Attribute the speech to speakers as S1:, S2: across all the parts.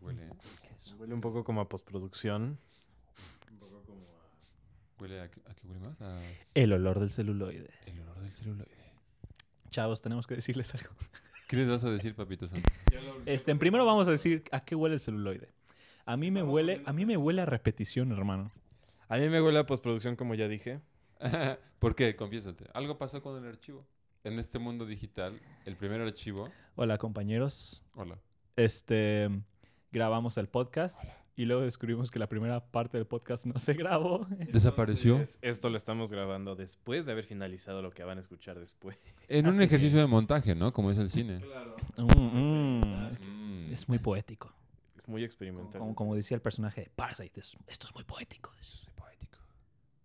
S1: Huele, ¿eh?
S2: Huele un poco como a postproducción.
S1: huele a, qué- a qué huele más? A
S2: El olor del celuloide.
S1: el olor del celuloide.
S2: Chavos, tenemos que decirles algo.
S1: ¿Qué les vas a decir, papito santo?
S2: Este, en primero vamos a decir a qué huele el celuloide. A mí me huele, a mí me huele a repetición, hermano.
S3: A mí me huele a postproducción, como ya dije.
S1: ¿Por qué? Confiésate. Algo pasó con el archivo. En este mundo digital, el primer archivo.
S2: Hola, compañeros.
S1: Hola.
S2: Este, grabamos el podcast y luego descubrimos que la primera parte del podcast no se grabó.
S1: Desapareció.
S3: Entonces, esto lo estamos grabando después de haber finalizado lo que van a escuchar después.
S1: En
S2: así
S1: un
S2: que-
S1: ejercicio de montaje, ¿no? Como es el cine.
S3: Claro.
S2: Mm, mm.
S1: Mm.
S2: Es muy poético.
S3: Es muy experimental.
S2: Como, como decía el personaje de Parasite, es- esto es muy poético.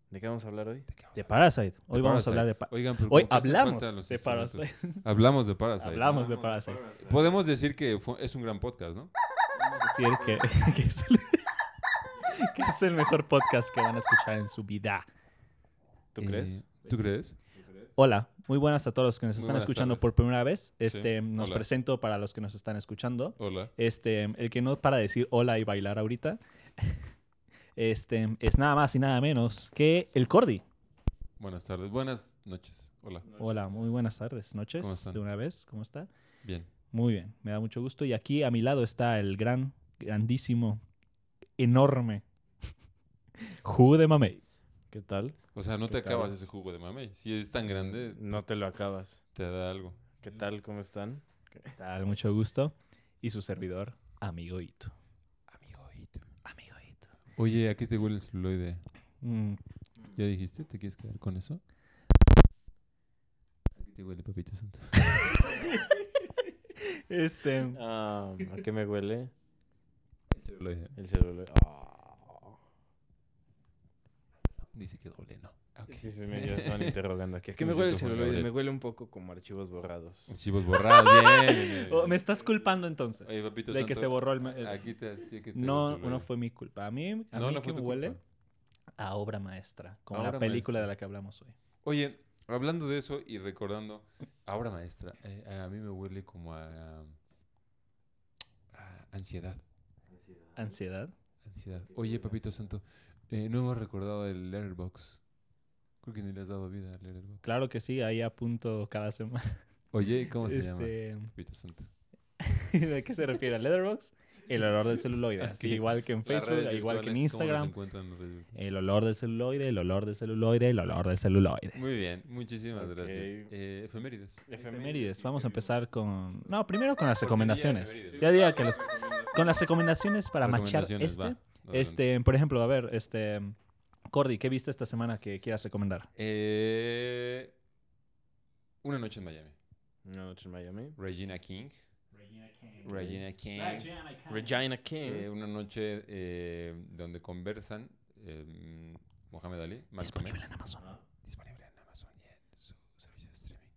S3: ¿De qué vamos a hablar hoy?
S2: De Parasite. Hoy vamos a hablar de
S1: Parasite.
S2: Parasite.
S1: Oigan, pero
S2: Hoy
S1: ¿cómo pasa? Cuentan
S2: hablamos
S1: los
S2: de
S1: instrumentos.
S2: Parasite.
S1: Hablamos de Parasite.
S2: Hablamos de Parasite.
S1: Podemos decir que fue- es un gran podcast, ¿no?
S2: decir que, que es el, que es el mejor podcast que van a escuchar en su vida.
S3: ¿Tú
S1: Eh,
S3: crees?
S2: pues
S1: ¿Tú crees?
S2: Hola, muy buenas a todos los que nos
S1: Muy
S2: están
S1: buenas
S2: escuchando
S1: tardes.
S2: por primera vez. Este,
S1: Sí,
S2: nos
S1: hola.
S2: presento para los que nos están escuchando.
S1: Hola.
S2: Este, el que no para de decir hola y bailar ahorita. Este, es nada más y nada menos que el Cordy.
S1: Buenas tardes. Buenas noches. Hola.
S2: Hola, muy buenas tardes, noches.
S1: ¿Cómo están?
S2: De una vez, ¿cómo está?
S1: Bien.
S2: Muy bien, me da mucho gusto. Y aquí a mi lado está el gran, grandísimo, enorme Ju de Mamey.
S3: ¿Qué tal?
S1: O sea, no
S3: ¿Qué
S1: te
S3: tal?
S1: acabas ese jugo de mamey. Si es tan grande,
S3: No te lo acabas.
S1: te da algo.
S3: ¿Qué tal? ¿Cómo están?
S2: ¿Qué tal? Mucho gusto. Y su servidor, amigo Ito. Amigo Ito.
S1: Oye, ¿a qué te huele el celuloide?
S2: Mm.
S1: ¿Ya dijiste? ¿Te quieres quedar con eso? ¿A qué te huele, papito santo?
S2: Este.
S3: Ah, ¿A qué me huele?
S1: El celuloide.
S3: El celular. Ah,
S1: Dice que doble, no. Ok.
S3: Sí, sí, me ya están interrogando aquí.
S1: Es
S3: ¿A qué me
S1: como
S3: huele el
S1: si te fuera
S3: celular? Me
S1: Gabriel.
S3: huele un poco como archivos borrados.
S1: Archivos borrados. pues, Bien. bien, bien, bien.
S2: oh, me estás culpando entonces.
S1: Oye, papito
S2: de que
S1: santo,
S2: se borró el. ma- el-
S1: Aquí te, aquí te huele
S2: no,
S1: el celuloide.
S2: no fue mi culpa. A mí, a
S1: No,
S2: mí
S1: no
S2: que
S1: fue
S2: me
S1: tu
S2: huele
S1: culpa.
S2: a obra maestra. Como
S1: A
S2: la
S1: obra
S2: película de
S1: maestra.
S2: la que hablamos hoy.
S1: Oye, hablando de eso y recordando, ahora maestra, eh, a mí me huele como a, um, a ansiedad,
S2: Ansiedad.
S1: ansiedad. Oye, papito santo, eh, no hemos recordado el letterbox. Creo que ni le has dado vida al letterbox.
S2: Claro que sí, ahí apunto cada semana.
S1: Oye, ¿y ¿cómo se llama?
S2: este,
S1: Papito santo.
S2: ¿De qué se refiere? ¿A Letterbox? El olor del celuloide. Así,
S1: Ok.
S2: igual que en
S1: Las
S2: Facebook,
S1: redes
S2: igual que en
S1: virtuales, ¿cómo nos
S2: Instagram.
S1: encuentran en redes virtuales?
S2: El olor del celuloide, el olor del celuloide, el olor del celuloide.
S1: Eh, Muy bien, muchísimas
S3: Ok.
S1: gracias. Eh, efemérides.
S2: Efemérides, vamos a empezar con. No, primero con las recomendaciones.
S1: efemérides.
S2: Ya diga que los- con las recomendaciones para machar
S1: Recomendaciones,
S2: este.
S1: va, adelante.
S2: Este, por ejemplo, a ver, este. Cordy, ¿qué viste esta semana que quieras recomendar?
S1: Eh, una noche en Miami.
S3: Una noche en Miami.
S1: Regina King. Regina King.
S3: Regina King.
S1: Eh, una noche eh, donde conversan eh, Mohamed Ali, Malcolm
S2: Disponible
S1: X.
S2: en Amazon.
S1: Disponible en Amazon y en su servicio de streaming.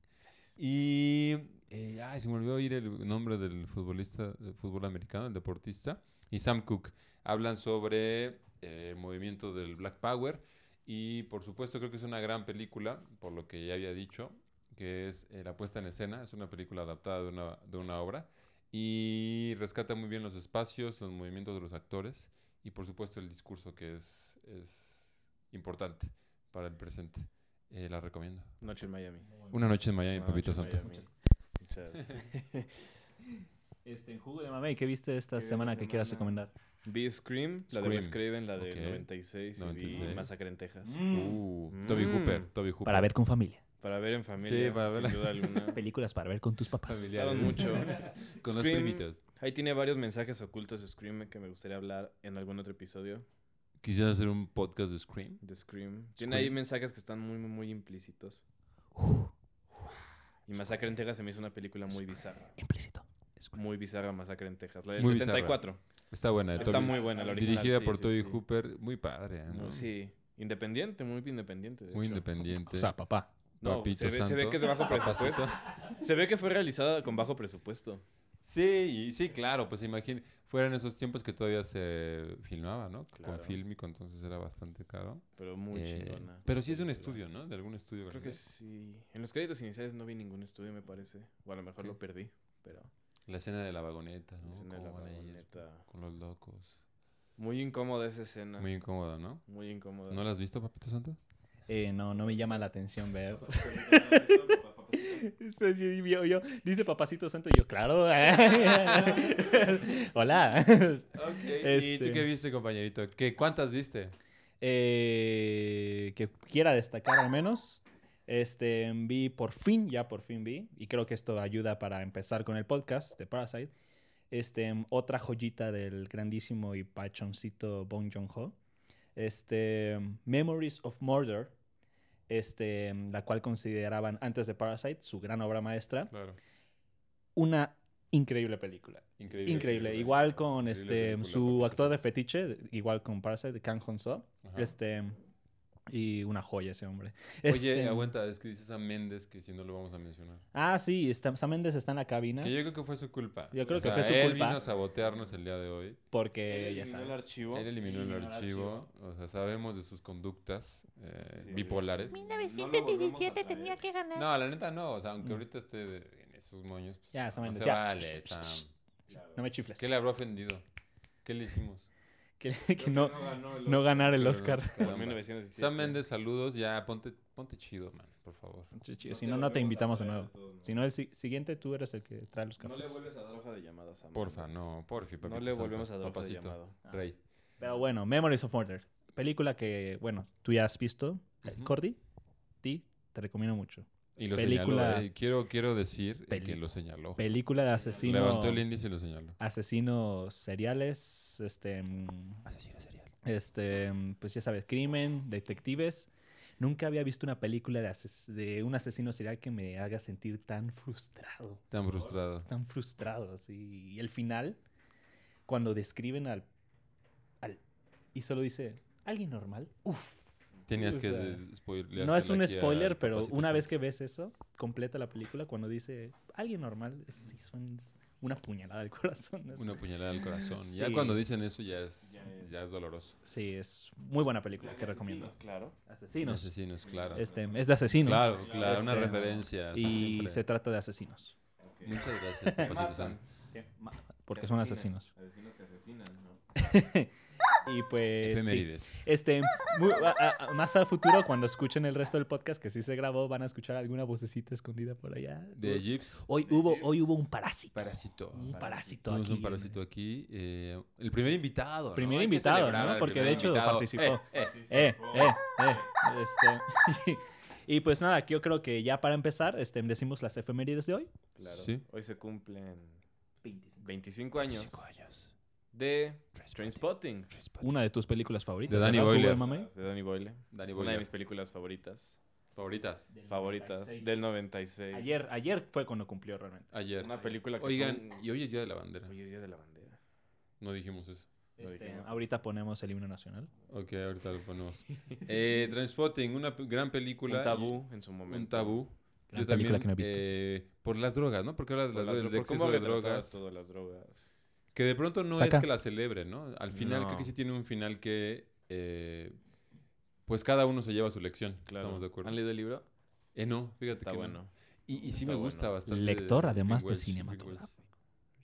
S1: Y eh, ay, se me olvidó oír el nombre del futbolista, del fútbol americano, el deportista, y Sam Cook. Hablan sobre eh, el movimiento del Black Power y por supuesto creo que es una gran película, por lo que ya había dicho, que es eh, La puesta en escena, es una película adaptada de una, de una obra y rescata muy bien los espacios, los movimientos de los actores y por supuesto el discurso que es, es importante para el presente. Eh, la recomiendo.
S3: Noche en Miami.
S1: Una noche en Miami,
S3: Una
S1: Papito
S3: noche en
S1: Eh, Santo.
S3: Miami. Muchas-
S2: Este, en jugo de mamey, ¿qué viste esta
S3: ¿Qué vi esta
S2: semana que quieras
S3: semana?
S2: recomendar?
S3: Vi Scream, la de Wes
S1: Scream.
S3: Craven, la de
S1: Ok.
S3: 96, y vi
S1: 96.
S3: Masacre en Texas.
S1: Uh, Toby
S3: Mm.
S1: Hooper, Toby Hooper.
S2: Para ver con familia.
S3: Para ver en familia,
S1: para
S3: sin
S1: verla.
S3: duda alguna.
S2: Películas para ver con tus papás.
S1: Familiares.
S3: Gustaron mucho.
S1: Con los
S3: Scream.
S1: primitos.
S3: Ahí tiene varios mensajes ocultos de Scream que me gustaría hablar en algún otro episodio
S1: Quisiera hacer un podcast de Scream.
S3: de Scream. Tiene ahí
S1: Scream.
S3: mensajes que están muy, muy, muy implícitos.
S2: Uh,
S3: Y Masacre en Texas se me hizo una película muy bizarra.
S2: Implícito.
S3: Muy bizarra Masacre en Texas. La del
S1: Muy bizarra.
S3: 74.
S1: Está buena. de
S3: Está
S1: Toby-
S3: muy buena la original.
S1: Dirigida
S3: sí,
S1: por
S3: sí,
S1: Toby
S3: sí.
S1: Hooper. Muy padre, ¿eh?
S3: Muy-
S1: ¿no?
S3: Sí. Independiente, muy independiente. de
S1: Muy
S3: hecho.
S1: independiente.
S2: O sea, papá.
S3: No,
S1: Papito
S3: se ve, se ve
S1: santo.
S3: que es de bajo presupuesto.
S1: Papacito.
S3: Se ve que fue realizada con bajo presupuesto.
S1: Sí, y- sí, claro, pues imagínate, fueran esos tiempos que todavía se filmaba, ¿no?
S3: Claro.
S1: Con fílmico, entonces era bastante caro.
S3: Pero muy
S1: Eh,
S3: chingona.
S1: Pero sí es de un
S3: película.
S1: estudio, ¿no? De algún estudio.
S3: Creo
S1: grande.
S3: que sí. En los créditos iniciales no vi ningún estudio, me parece. O a lo mejor
S1: Ok.
S3: lo perdí, pero...
S1: La escena de la vagoneta, ¿no?
S3: La escena de
S1: Cómo
S3: la
S1: van ellos
S3: vagoneta. Ah.
S1: Con los locos.
S3: Muy incómoda esa escena.
S1: Muy
S3: Muy,
S1: incómodo, ¿no?
S3: incómoda.
S1: ¿No la has visto, Papito Santo?
S4: Eh, no, no me llama la atención ver.
S2: Este, sí, yo- yo- dice Papacito Santo y yo, claro. Hola.
S1: ¿Y tú
S2: Este.
S1: qué viste, compañerito? ¿Qué, ¿Cuántas viste?
S2: Eh, que quiera destacar al menos. Este, vi por fin, ya por fin vi, y creo que esto ayuda para empezar con el podcast de Parasite. Este, otra joyita del grandísimo y pachoncito Bong Joon-ho. Este, Memories of Murder, este, la cual consideraban antes de Parasite su gran obra maestra.
S1: Claro.
S2: Una increíble película.
S1: Increíble.
S2: Increíble. Igual con
S1: Increíble
S2: este,
S1: película,
S2: su
S1: Papito
S2: actor de fetiche, igual con Parasite, Kang Hong-soo.
S1: Santo. Ajá.
S2: Este. Y una joya ese hombre.
S1: Oye, ah,
S2: Este,
S1: aguanta, es que dices a Méndez que si no lo vamos a mencionar.
S2: Ah, sí, está, Sam Mendes está en la cabina
S1: Que yo creo que fue su culpa.
S2: ¿Eh? Yo creo que fue su
S1: Él
S2: culpa.
S1: vino a sabotearnos el día de hoy.
S2: porque
S3: Él
S2: ya
S3: eliminó el
S2: sabes.
S3: archivo.
S1: Él eliminó el
S4: Eliminó el
S1: archivo. O sea, sabemos de sus conductas eh,
S3: Sí.
S1: bipolares.
S3: Mi-
S5: 1917 tenía que ganar.
S1: No, la neta no. O sea, aunque
S2: Mm.
S1: ahorita esté de- en esos moños. pues,
S2: Ya, Sam
S1: no
S2: Mendes,
S1: se
S2: ya.
S1: vale, Sam.
S2: No me chifles.
S1: ¿Qué le habrá ofendido? ¿Qué le hicimos?
S2: Que, que no, no ganar el
S1: Pero no,
S2: Oscar.
S1: caramba.
S3: 1917.
S1: Sam Méndez, saludos. Ya, ponte, ponte chido, man, por favor.
S2: Ch- ch- Si no, no te invitamos de nuevo. Si no, el si- siguiente tú eres el que trae los
S3: No le
S2: cafés.
S3: vuelves a dar hoja de llamada a Sam.
S1: Porfa,
S3: Mendes.
S1: no, porfi,
S3: No
S1: papito
S3: le
S1: santo,
S3: volvemos a dar Ah. hoja de
S1: papacito,
S3: llamada.
S1: Rey.
S2: Pero bueno, Memories of Murder. Película que, bueno, tú ya has visto. Eh,
S1: Ujú.
S2: Cordy, ti, te recomiendo mucho.
S1: Y lo
S2: Película-
S1: señaló. eh. Quiero, quiero decir eh, que
S2: Peli-
S1: lo señaló.
S2: Película de asesino,
S1: Levantó el índice y lo señaló.
S2: asesinos seriales, este, mm,
S1: Asesino serial.
S2: este, mm, pues ya sabes, crimen, detectives. Nunca había visto una película de, ases- de un asesino serial que me haga sentir tan frustrado,
S1: Tan frustrado.
S2: tan frustrado. así. Y el final, cuando describen al, al... Y solo dice, alguien normal. Uf.
S1: Tenías
S2: O
S1: que
S2: sea,
S1: eh, spoileársela
S2: No es un
S1: aquí a
S2: spoiler, pero
S1: Papacito
S2: una
S1: Santo.
S2: vez que ves eso, completa la película, cuando dice, alguien normal, sí, es un- una puñalada al corazón. es-
S1: Una puñalada al corazón. Ya
S2: Sí.
S1: cuando dicen eso ya es,
S3: Ya es-
S1: ya es doloroso.
S2: Sí, es muy buena película, que
S3: Asesinos,
S2: recomiendo.
S3: Claro.
S2: Asesinos.
S1: Asesinos, claro.
S2: Este, es de asesinos.
S1: Claro, claro, una
S2: Este,
S1: referencia. o sea,
S2: Y
S1: siempre.
S2: se Eh, trata de asesinos.
S1: Muchas gracias, Papacito Santo.
S2: Porque son asesinos.
S3: Asesinos que asesinan, ¿no?
S2: Y pues. sí.
S1: Efemérides.
S2: Este, mu- a- a- más a futuro, cuando escuchen el resto del podcast que sí se grabó, van a escuchar alguna vocecita escondida por allá.
S1: De Gips.
S2: Hoy hubo, hoy hubo un parásito.
S1: Parásito.
S2: Un parásito
S1: Tenemos
S2: aquí.
S1: un parásito aquí. eh, el primer invitado. ¿no?
S2: Primer
S1: Hay que
S2: invitado,
S1: celebrar
S2: ¿no?
S1: al
S2: Porque de
S1: primer
S2: hecho
S1: invitado.
S2: participó.
S1: Eh, eh,
S2: Eh, eh, eh. este, y pues nada, yo creo que ya para empezar, este, decimos las efemérides de hoy.
S3: Claro.
S1: Sí.
S3: Hoy se cumplen 25 años
S1: años.
S3: de Trainspotting.
S2: Una de tus películas favoritas.
S1: De Danny
S2: ¿verdad, Hugo
S1: Boyle.
S2: Mamey?
S3: De Danny Boyle.
S1: Dani
S3: Una de
S1: Boyle.
S3: mis películas favoritas.
S1: Favoritas.
S3: Favoritas del 96.
S2: Ayer, ayer fue cuando cumplió realmente.
S1: Ayer.
S3: Una película que
S1: Oigan,
S3: fue un-
S1: y hoy es Día de la Bandera.
S3: Hoy es Día de la Bandera.
S1: No dijimos eso.
S3: Lo
S2: Este,
S3: dijimos.
S2: ahorita ponemos el himno nacional.
S1: Ok, ahorita lo ponemos. eh, Transpotting, una p- gran película.
S3: Un
S1: y-
S3: tabú en su momento.
S1: Un tabú.
S2: Gran película que no he visto.
S1: eh, por las drogas, ¿no? Porque habla de
S3: Por
S1: las
S3: las
S1: drogas,
S3: dro-
S1: del
S3: por cómo
S1: exceso de
S3: retrataba
S1: drogas.
S3: Todo las drogas.
S1: Que de pronto no
S2: Saca.
S1: es que la celebren, ¿no? Al final creo
S3: No.
S1: que sí tiene un final que... eh, pues cada uno se lleva su lección.
S3: Claro.
S1: Estamos de acuerdo.
S3: ¿Han leído el libro?
S1: Eh, no, fíjate
S3: Está
S1: que no.
S3: bueno.
S1: Y, y sí
S3: Está
S1: me gusta
S3: bueno.
S1: bastante.
S2: Lector, además de
S1: Welsh, Rick
S2: cinematógrafo.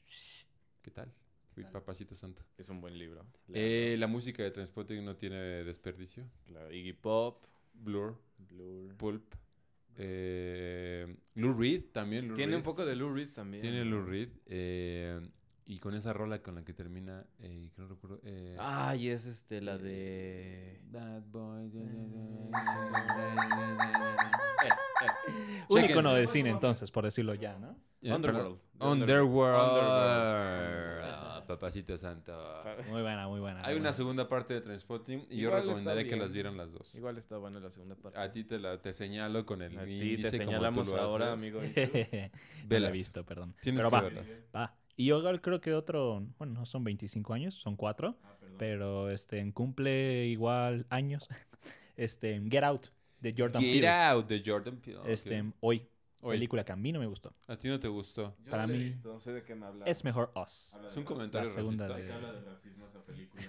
S1: Welsh. ¿Qué tal? Fui papacito santo.
S3: Es un buen libro.
S1: Eh, la música de Transpotting no tiene desperdicio.
S3: Claro, Iggy Pop,
S1: Blur,
S3: Blur.
S1: Pulp. Eh, Lou Reed también. Lou
S3: Tiene
S1: Reed.
S3: un poco de Lou Reed también.
S1: Tiene Lou Reed. eh, y con esa rola con la que termina, eh, que no recuerdo. eh,
S3: Ay, es este, la
S1: eh,
S3: de...
S1: Bad Boys.
S2: Un
S1: Chequen.
S2: icono del cine, entonces, por decirlo ya, ¿no?
S1: Eh,
S3: Underworld.
S1: perdón.
S3: De
S1: Underworld.
S3: Underworld. Ah,
S1: Ah, papacito santo.
S2: Muy buena, muy buena.
S1: Hay
S2: muy
S1: una
S2: buena.
S1: segunda parte de Transpotting y yo
S3: Igual está
S1: recomendaría que
S3: bien.
S1: las vieran las dos.
S3: Igual está bueno la segunda parte.
S1: A ti te, la, te señalo con el
S3: A ti
S1: índice
S3: te
S1: como tú
S3: señalamos
S1: lo
S3: ahora,
S1: haces.
S3: amigo.
S2: no la
S1: Velas.
S2: he visto, perdón.
S1: Tienes
S2: Pero
S1: que
S2: va,
S1: verla.
S2: va. Y yo creo que otro, bueno, no son 25 años, son 4,
S3: Ah,
S2: pero este cumple igual años. Este Get Out de Jordan
S1: Get
S2: Peele.
S1: Out de Jordan Peele. ok.
S2: Este hoy,
S1: Oye,
S2: película que a mí no me gustó.
S1: a ti no te gustó.
S3: Yo
S2: Para
S3: no la he
S2: mí
S3: visto, no sé de qué me habla.
S2: Es mejor
S1: Es
S2: Us.
S3: Habla de
S1: un
S3: racismo.
S1: comentario
S2: La segunda
S1: racista.
S2: de-
S3: Habla de racismo esa película.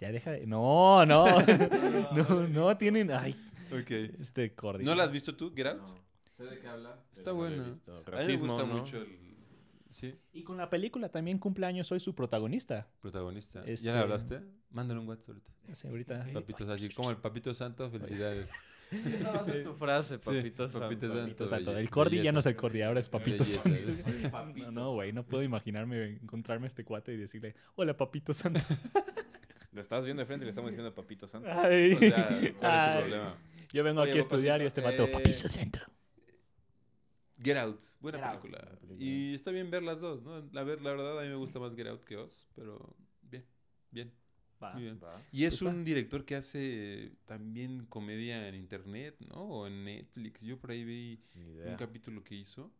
S2: Ya deja de... No, no.
S3: no la
S2: No,
S3: he
S2: no tienen... Ay,
S1: Ok.
S2: este cordial.
S1: ¿No la has visto tú, Get Out?
S3: No. Sé de qué habla. pero
S1: Está
S3: no la he
S1: buena.
S3: visto.
S1: a mí me
S3: Racismo,
S1: gusta
S3: ¿no?
S1: mucho el, Sí,
S2: Y con la película también cumpleaños soy su protagonista.
S1: protagonista.
S2: Este-
S1: ¿Ya le hablaste? Mándale un WhatsApp ahorita.
S2: Sí, ahorita.
S3: eh,
S1: Papitos así, como el Papito Santo, felicidades.
S3: Esa va a ser tu frase, papito
S1: papito santo.
S2: Papito Santo.
S1: belle-
S2: El Cordy ya
S1: belleza.
S2: no es el Cordy, ahora es Papito
S1: Belleza,
S2: Santo.
S1: es-
S2: No, no, güey, no puedo imaginarme encontrarme a este cuate y decirle, hola, Papito Santo.
S3: Lo estás viendo de frente y le estamos diciendo papito santo.
S2: Ay.
S1: O sea, ¿cuál es tu
S2: Ay.
S1: problema?
S2: Yo vengo
S1: Oye,
S2: aquí a estudiar
S1: papacito,
S2: y este mateo,
S1: eh,
S2: Papito Santo.
S1: Get Out, buena
S2: Get Out.
S1: película.
S3: Buena película.
S1: Y está bien ver las dos, ¿no? La, ver, la verdad, a mí me gusta más Get Out que Oz, pero bien, bien, muy bien.
S3: Va.
S1: Y es
S2: Pues va.
S1: un director que hace también comedia en internet, ¿no? O en Netflix. Yo por ahí vi
S3: Ni
S1: un
S3: idea.
S1: capítulo que hizo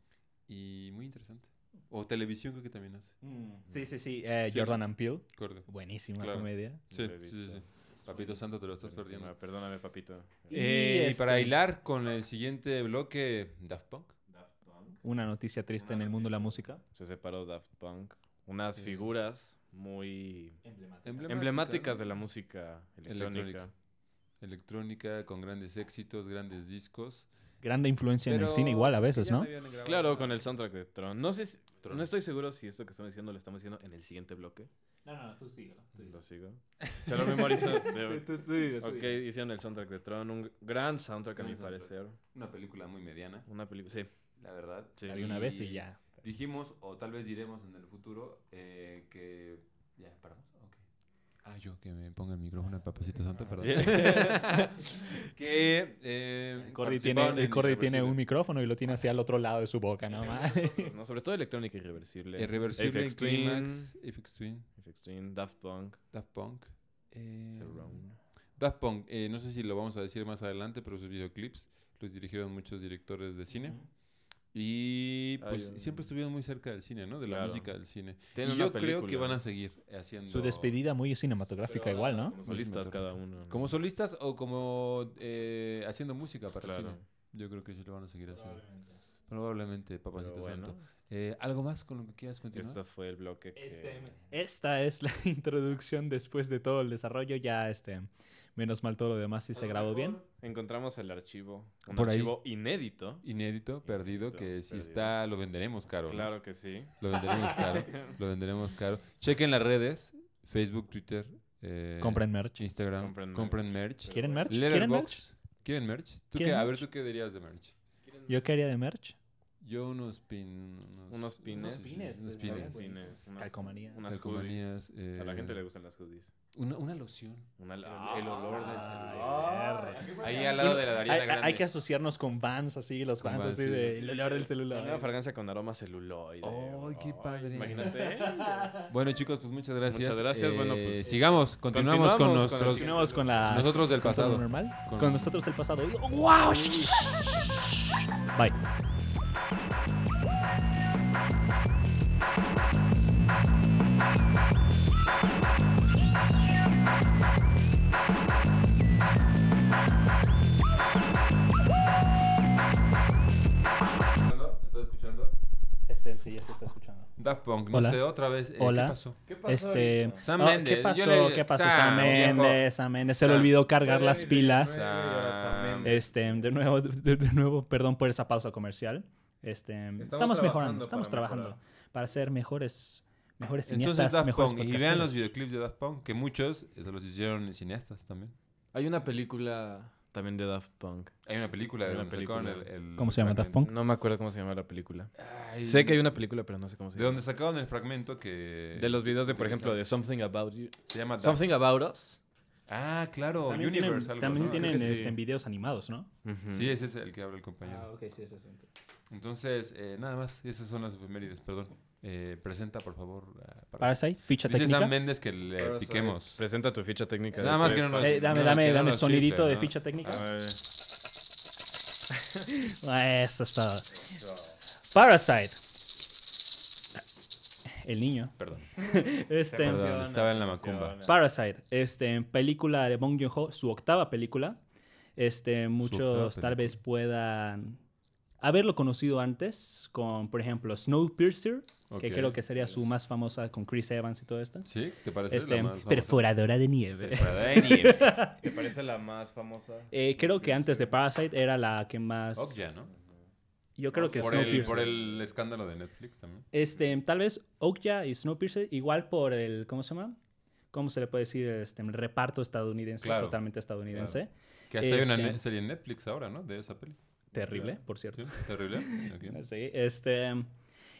S1: y muy interesante. O televisión creo que también hace.
S2: Sí, sí, sí. eh,
S1: Sí.
S2: Jordan and Peele.
S1: Corte.
S2: Buenísima
S1: Claro.
S2: comedia.
S1: Sí,
S3: lo he
S1: sí, sí,
S3: visto.
S1: sí. Papito Santo, te lo estás
S3: Buenísima,
S1: perdiendo.
S3: Perdóname, papito.
S2: Y,
S1: Eh, y para
S2: este,
S1: hilar con el siguiente bloque, Daft Punk.
S2: Una noticia triste en el mundo de la música.
S3: Se separó Daft Punk. Unas figuras muy
S1: Emblemática,
S3: emblemáticas
S1: ¿no?
S3: de la música
S1: Electrónica.
S3: electrónica.
S1: Electrónica con grandes éxitos, grandes discos.
S2: Grande influencia en el
S1: Pero
S2: cine igual a
S1: es que
S2: veces,
S1: ya
S2: ¿no?
S1: habían grabado
S3: Claro,
S1: nada.
S3: con el soundtrack de Tron. No sé si-
S1: Tron.
S3: No estoy seguro si esto que estamos diciendo lo estamos diciendo en el siguiente bloque.
S2: No, no, tú síguelo.
S3: Lo sigo. Te lo memorizaste. ok, hicieron el soundtrack de Tron. Un gran soundtrack, a
S1: Gran
S3: mi
S1: soundtrack.
S3: parecer.
S1: Una película muy mediana,
S3: Una película. Sí.
S1: la verdad.
S3: sí.
S2: una vez y ya.
S1: Dijimos, o tal vez diremos en el futuro, eh, que... Ya, paramos. Ok. Ah, yo que me ponga el micrófono al papacito santo, perdón. que... Eh,
S2: El Cordy tiene,
S1: participaron
S2: el
S1: en
S2: Cordy tiene un
S1: Irreversible.
S2: micrófono y lo tiene hacia el otro lado de su boca, ¿no? ma?
S3: ¿no? Sobre todo electrónica irreversible.
S1: Irreversible,
S3: FX Twin,
S1: Climax, FX Twin,
S3: FX Twin, Daft Punk,
S1: Daft Punk. eh,
S3: Surround.
S1: Daft Punk, eh, no sé si lo vamos a decir más adelante, pero sus videoclips los dirigieron muchos directores de cine. Y
S3: Hay
S1: pues
S3: un-
S1: siempre estuvieron muy cerca del cine, ¿no? De la
S3: Claro.
S1: música del cine.
S3: Tienen
S1: y
S3: una
S1: yo creo que
S3: película.
S1: van a seguir haciendo...
S2: Su despedida muy
S3: Pero
S2: cinematográfica
S3: ahora
S2: igual, ¿no?
S3: Como solistas cada uno. ¿no?
S1: Como solistas o como eh, haciendo música para el
S3: Claro.
S1: cine. Yo creo que sí lo van a seguir haciendo. Probablemente,
S3: Pero
S1: papacito
S3: bueno,
S1: santo. Eh, ¿Algo más con lo que quieras continuar?
S3: este fue el bloque que...
S2: Este, esta es la introducción después de todo el desarrollo. Ya, este, menos mal todo lo demás sí
S1: A
S2: se
S1: lo
S2: grabó bien.
S1: mejor
S3: Encontramos el archivo. Un
S1: Por ahí.
S3: archivo inédito.
S1: Inédito, perdido,
S3: Inédito,
S1: que si
S3: perdido.
S1: está, lo venderemos caro. ¿no?
S3: Claro que sí.
S1: Lo venderemos caro. lo venderemos caro. Chequen las redes: Facebook, Twitter, eh,
S2: Compren merch.
S1: Instagram.
S3: Compren
S1: Compren,
S3: merch.
S1: merch.
S2: ¿Quieren merch? ¿Quieren merch?
S1: Letterboxd. ¿Quieren merch? ¿Tú
S2: ¿Quieren
S1: qué? A ver, ¿tú qué dirías de merch?
S2: Yo quería de merch.
S1: Yo unos pin...
S3: Unos pines.
S1: Unos
S2: pines,
S1: unos
S2: está bien,
S1: pines.
S2: pues.
S3: Pines, unas-
S2: Calcomanía.
S3: Unas
S1: Calcomanías,
S3: hoodies. A la
S1: eh,
S3: gente le gustan las hoodies.
S1: Una, una loción.
S3: Una- el,
S1: el olor del
S2: celular.
S1: Ahí al lado de la de Ariana
S2: Hay,
S1: Grande.
S2: hay que asociarnos con Vans así, los
S1: Con
S2: Vans
S1: Vans,
S2: así
S1: sí,
S2: de
S1: sí.
S2: el olor del
S3: Una nueva
S2: celular. eh.
S3: fragancia con aroma celuloide.
S1: Ay, qué
S3: Ay,
S1: padre.
S3: Imagínate.
S1: Bueno, chicos, pues muchas gracias. Eh,
S3: Muchas gracias, bueno, pues,
S1: Sigamos, continuamos, con
S3: continuamos con el
S1: nuestros...
S2: Continuamos con la
S1: nosotros del
S2: con todo
S1: pasado.
S2: normal.
S1: Con-
S2: Con, nosotros del pasado. Wow. Bye.
S1: ¿Estás escuchando?
S2: Este sí ya se está escuchando.
S1: Daft Punk, no
S2: Hola.
S1: sé, otra vez. eh,
S2: Hola.
S1: ¿Qué pasó?
S3: ¿Qué
S2: Este,
S3: ahorita?
S1: Sam
S2: oh,
S1: Mendes,
S2: ¿Qué
S1: yo
S2: pasó?
S1: le-
S2: ¿Qué pasó?
S1: Sam,
S2: Sam
S1: viejo.
S2: Mendes, Sam Mendes. Se le
S1: Sam.
S2: olvidó cargar las pilas.
S3: Sam.
S2: Este, de nuevo, de, de nuevo, perdón por esa pausa comercial. Este, estamos, mejorando,
S3: trabajando
S2: estamos
S3: para
S2: trabajando para ser mejores, mejores cineastas,
S1: Entonces, Daft
S2: mejores
S1: Punk, y vean los
S2: podcasteros.
S1: videoclips de Daft Punk, que muchos eh, se los hicieron cineastas también.
S3: Hay una película también de Daft Punk.
S1: Hay una película
S3: Hay
S1: de
S3: una
S1: donde sacaron
S3: película.
S1: el- el
S2: ¿Cómo se llama, Daft
S1: fragmento.
S3: No me acuerdo cómo se llama la película.
S1: Ay,
S3: Sé que hay una película, pero no sé cómo se
S1: De
S3: llama.
S1: donde sacaron el fragmento que...
S3: De los videos de, por
S1: que
S3: ejemplo,
S1: se-
S3: de Something About You.
S1: Se llama Daft
S3: Something About Us.
S1: Ah, claro,
S2: También tienen,
S1: Universe, algo,
S2: también
S1: ¿no?
S2: tienen,
S1: Creo que sí.
S2: este, en videos animados, ¿no?
S1: Sí, ese es el que habla el compañero.
S2: Ah, ok, sí, eso es
S1: Entonces, eh, nada más, esas son las efemérides, perdón. Eh, presenta, por favor. a Parasite.
S2: Parasite, ficha
S1: Dice
S2: técnica.
S1: Sam Méndez que le piquemos.
S3: Presenta tu ficha técnica. de
S1: Nada más
S3: este
S1: que no nos-
S2: Eh, dame,
S1: no,
S2: dame,
S1: que no
S2: dame
S1: nos chiflen,
S2: sonidito de
S1: ¿no? Ah,
S2: ficha
S3: espacio.
S2: técnica.
S3: A ver.
S2: Eso es todo. Parasite. El niño.
S1: Perdón,
S2: Este,
S1: perdón, estaba en la macumba.
S2: Parasite, este, película de Bong Joon-ho, su octava película. Este, muchos
S1: octava
S2: tal vez puedan haberlo conocido antes con, por ejemplo, Snowpiercer,
S1: Ok.
S2: que creo que sería su más famosa con Chris Evans y todo esto.
S1: ¿Sí? ¿Te parece?
S2: Este,
S1: la más famosa?
S2: perforadora de nieve.
S3: ¿Te parece la más famosa?
S2: Eh, creo que antes de Parasite era la que más...
S1: Okja, ¿no?
S2: Ya, Yo creo que
S1: por el,
S2: Snowpiercer.
S1: por el escándalo de Netflix también.
S2: Este, tal vez Okja y Snowpiercer, igual por el, ¿cómo se llama? ¿Cómo se le puede decir? Este, el reparto estadounidense,
S1: Claro,
S2: totalmente estadounidense.
S1: Que hasta hay una
S2: Este-
S1: ne- serie en Netflix ahora, ¿no? De esa peli.
S2: Terrible,
S1: Claro.
S2: por cierto.
S1: ¿Sí? Terrible. Ok.
S2: Sí, este...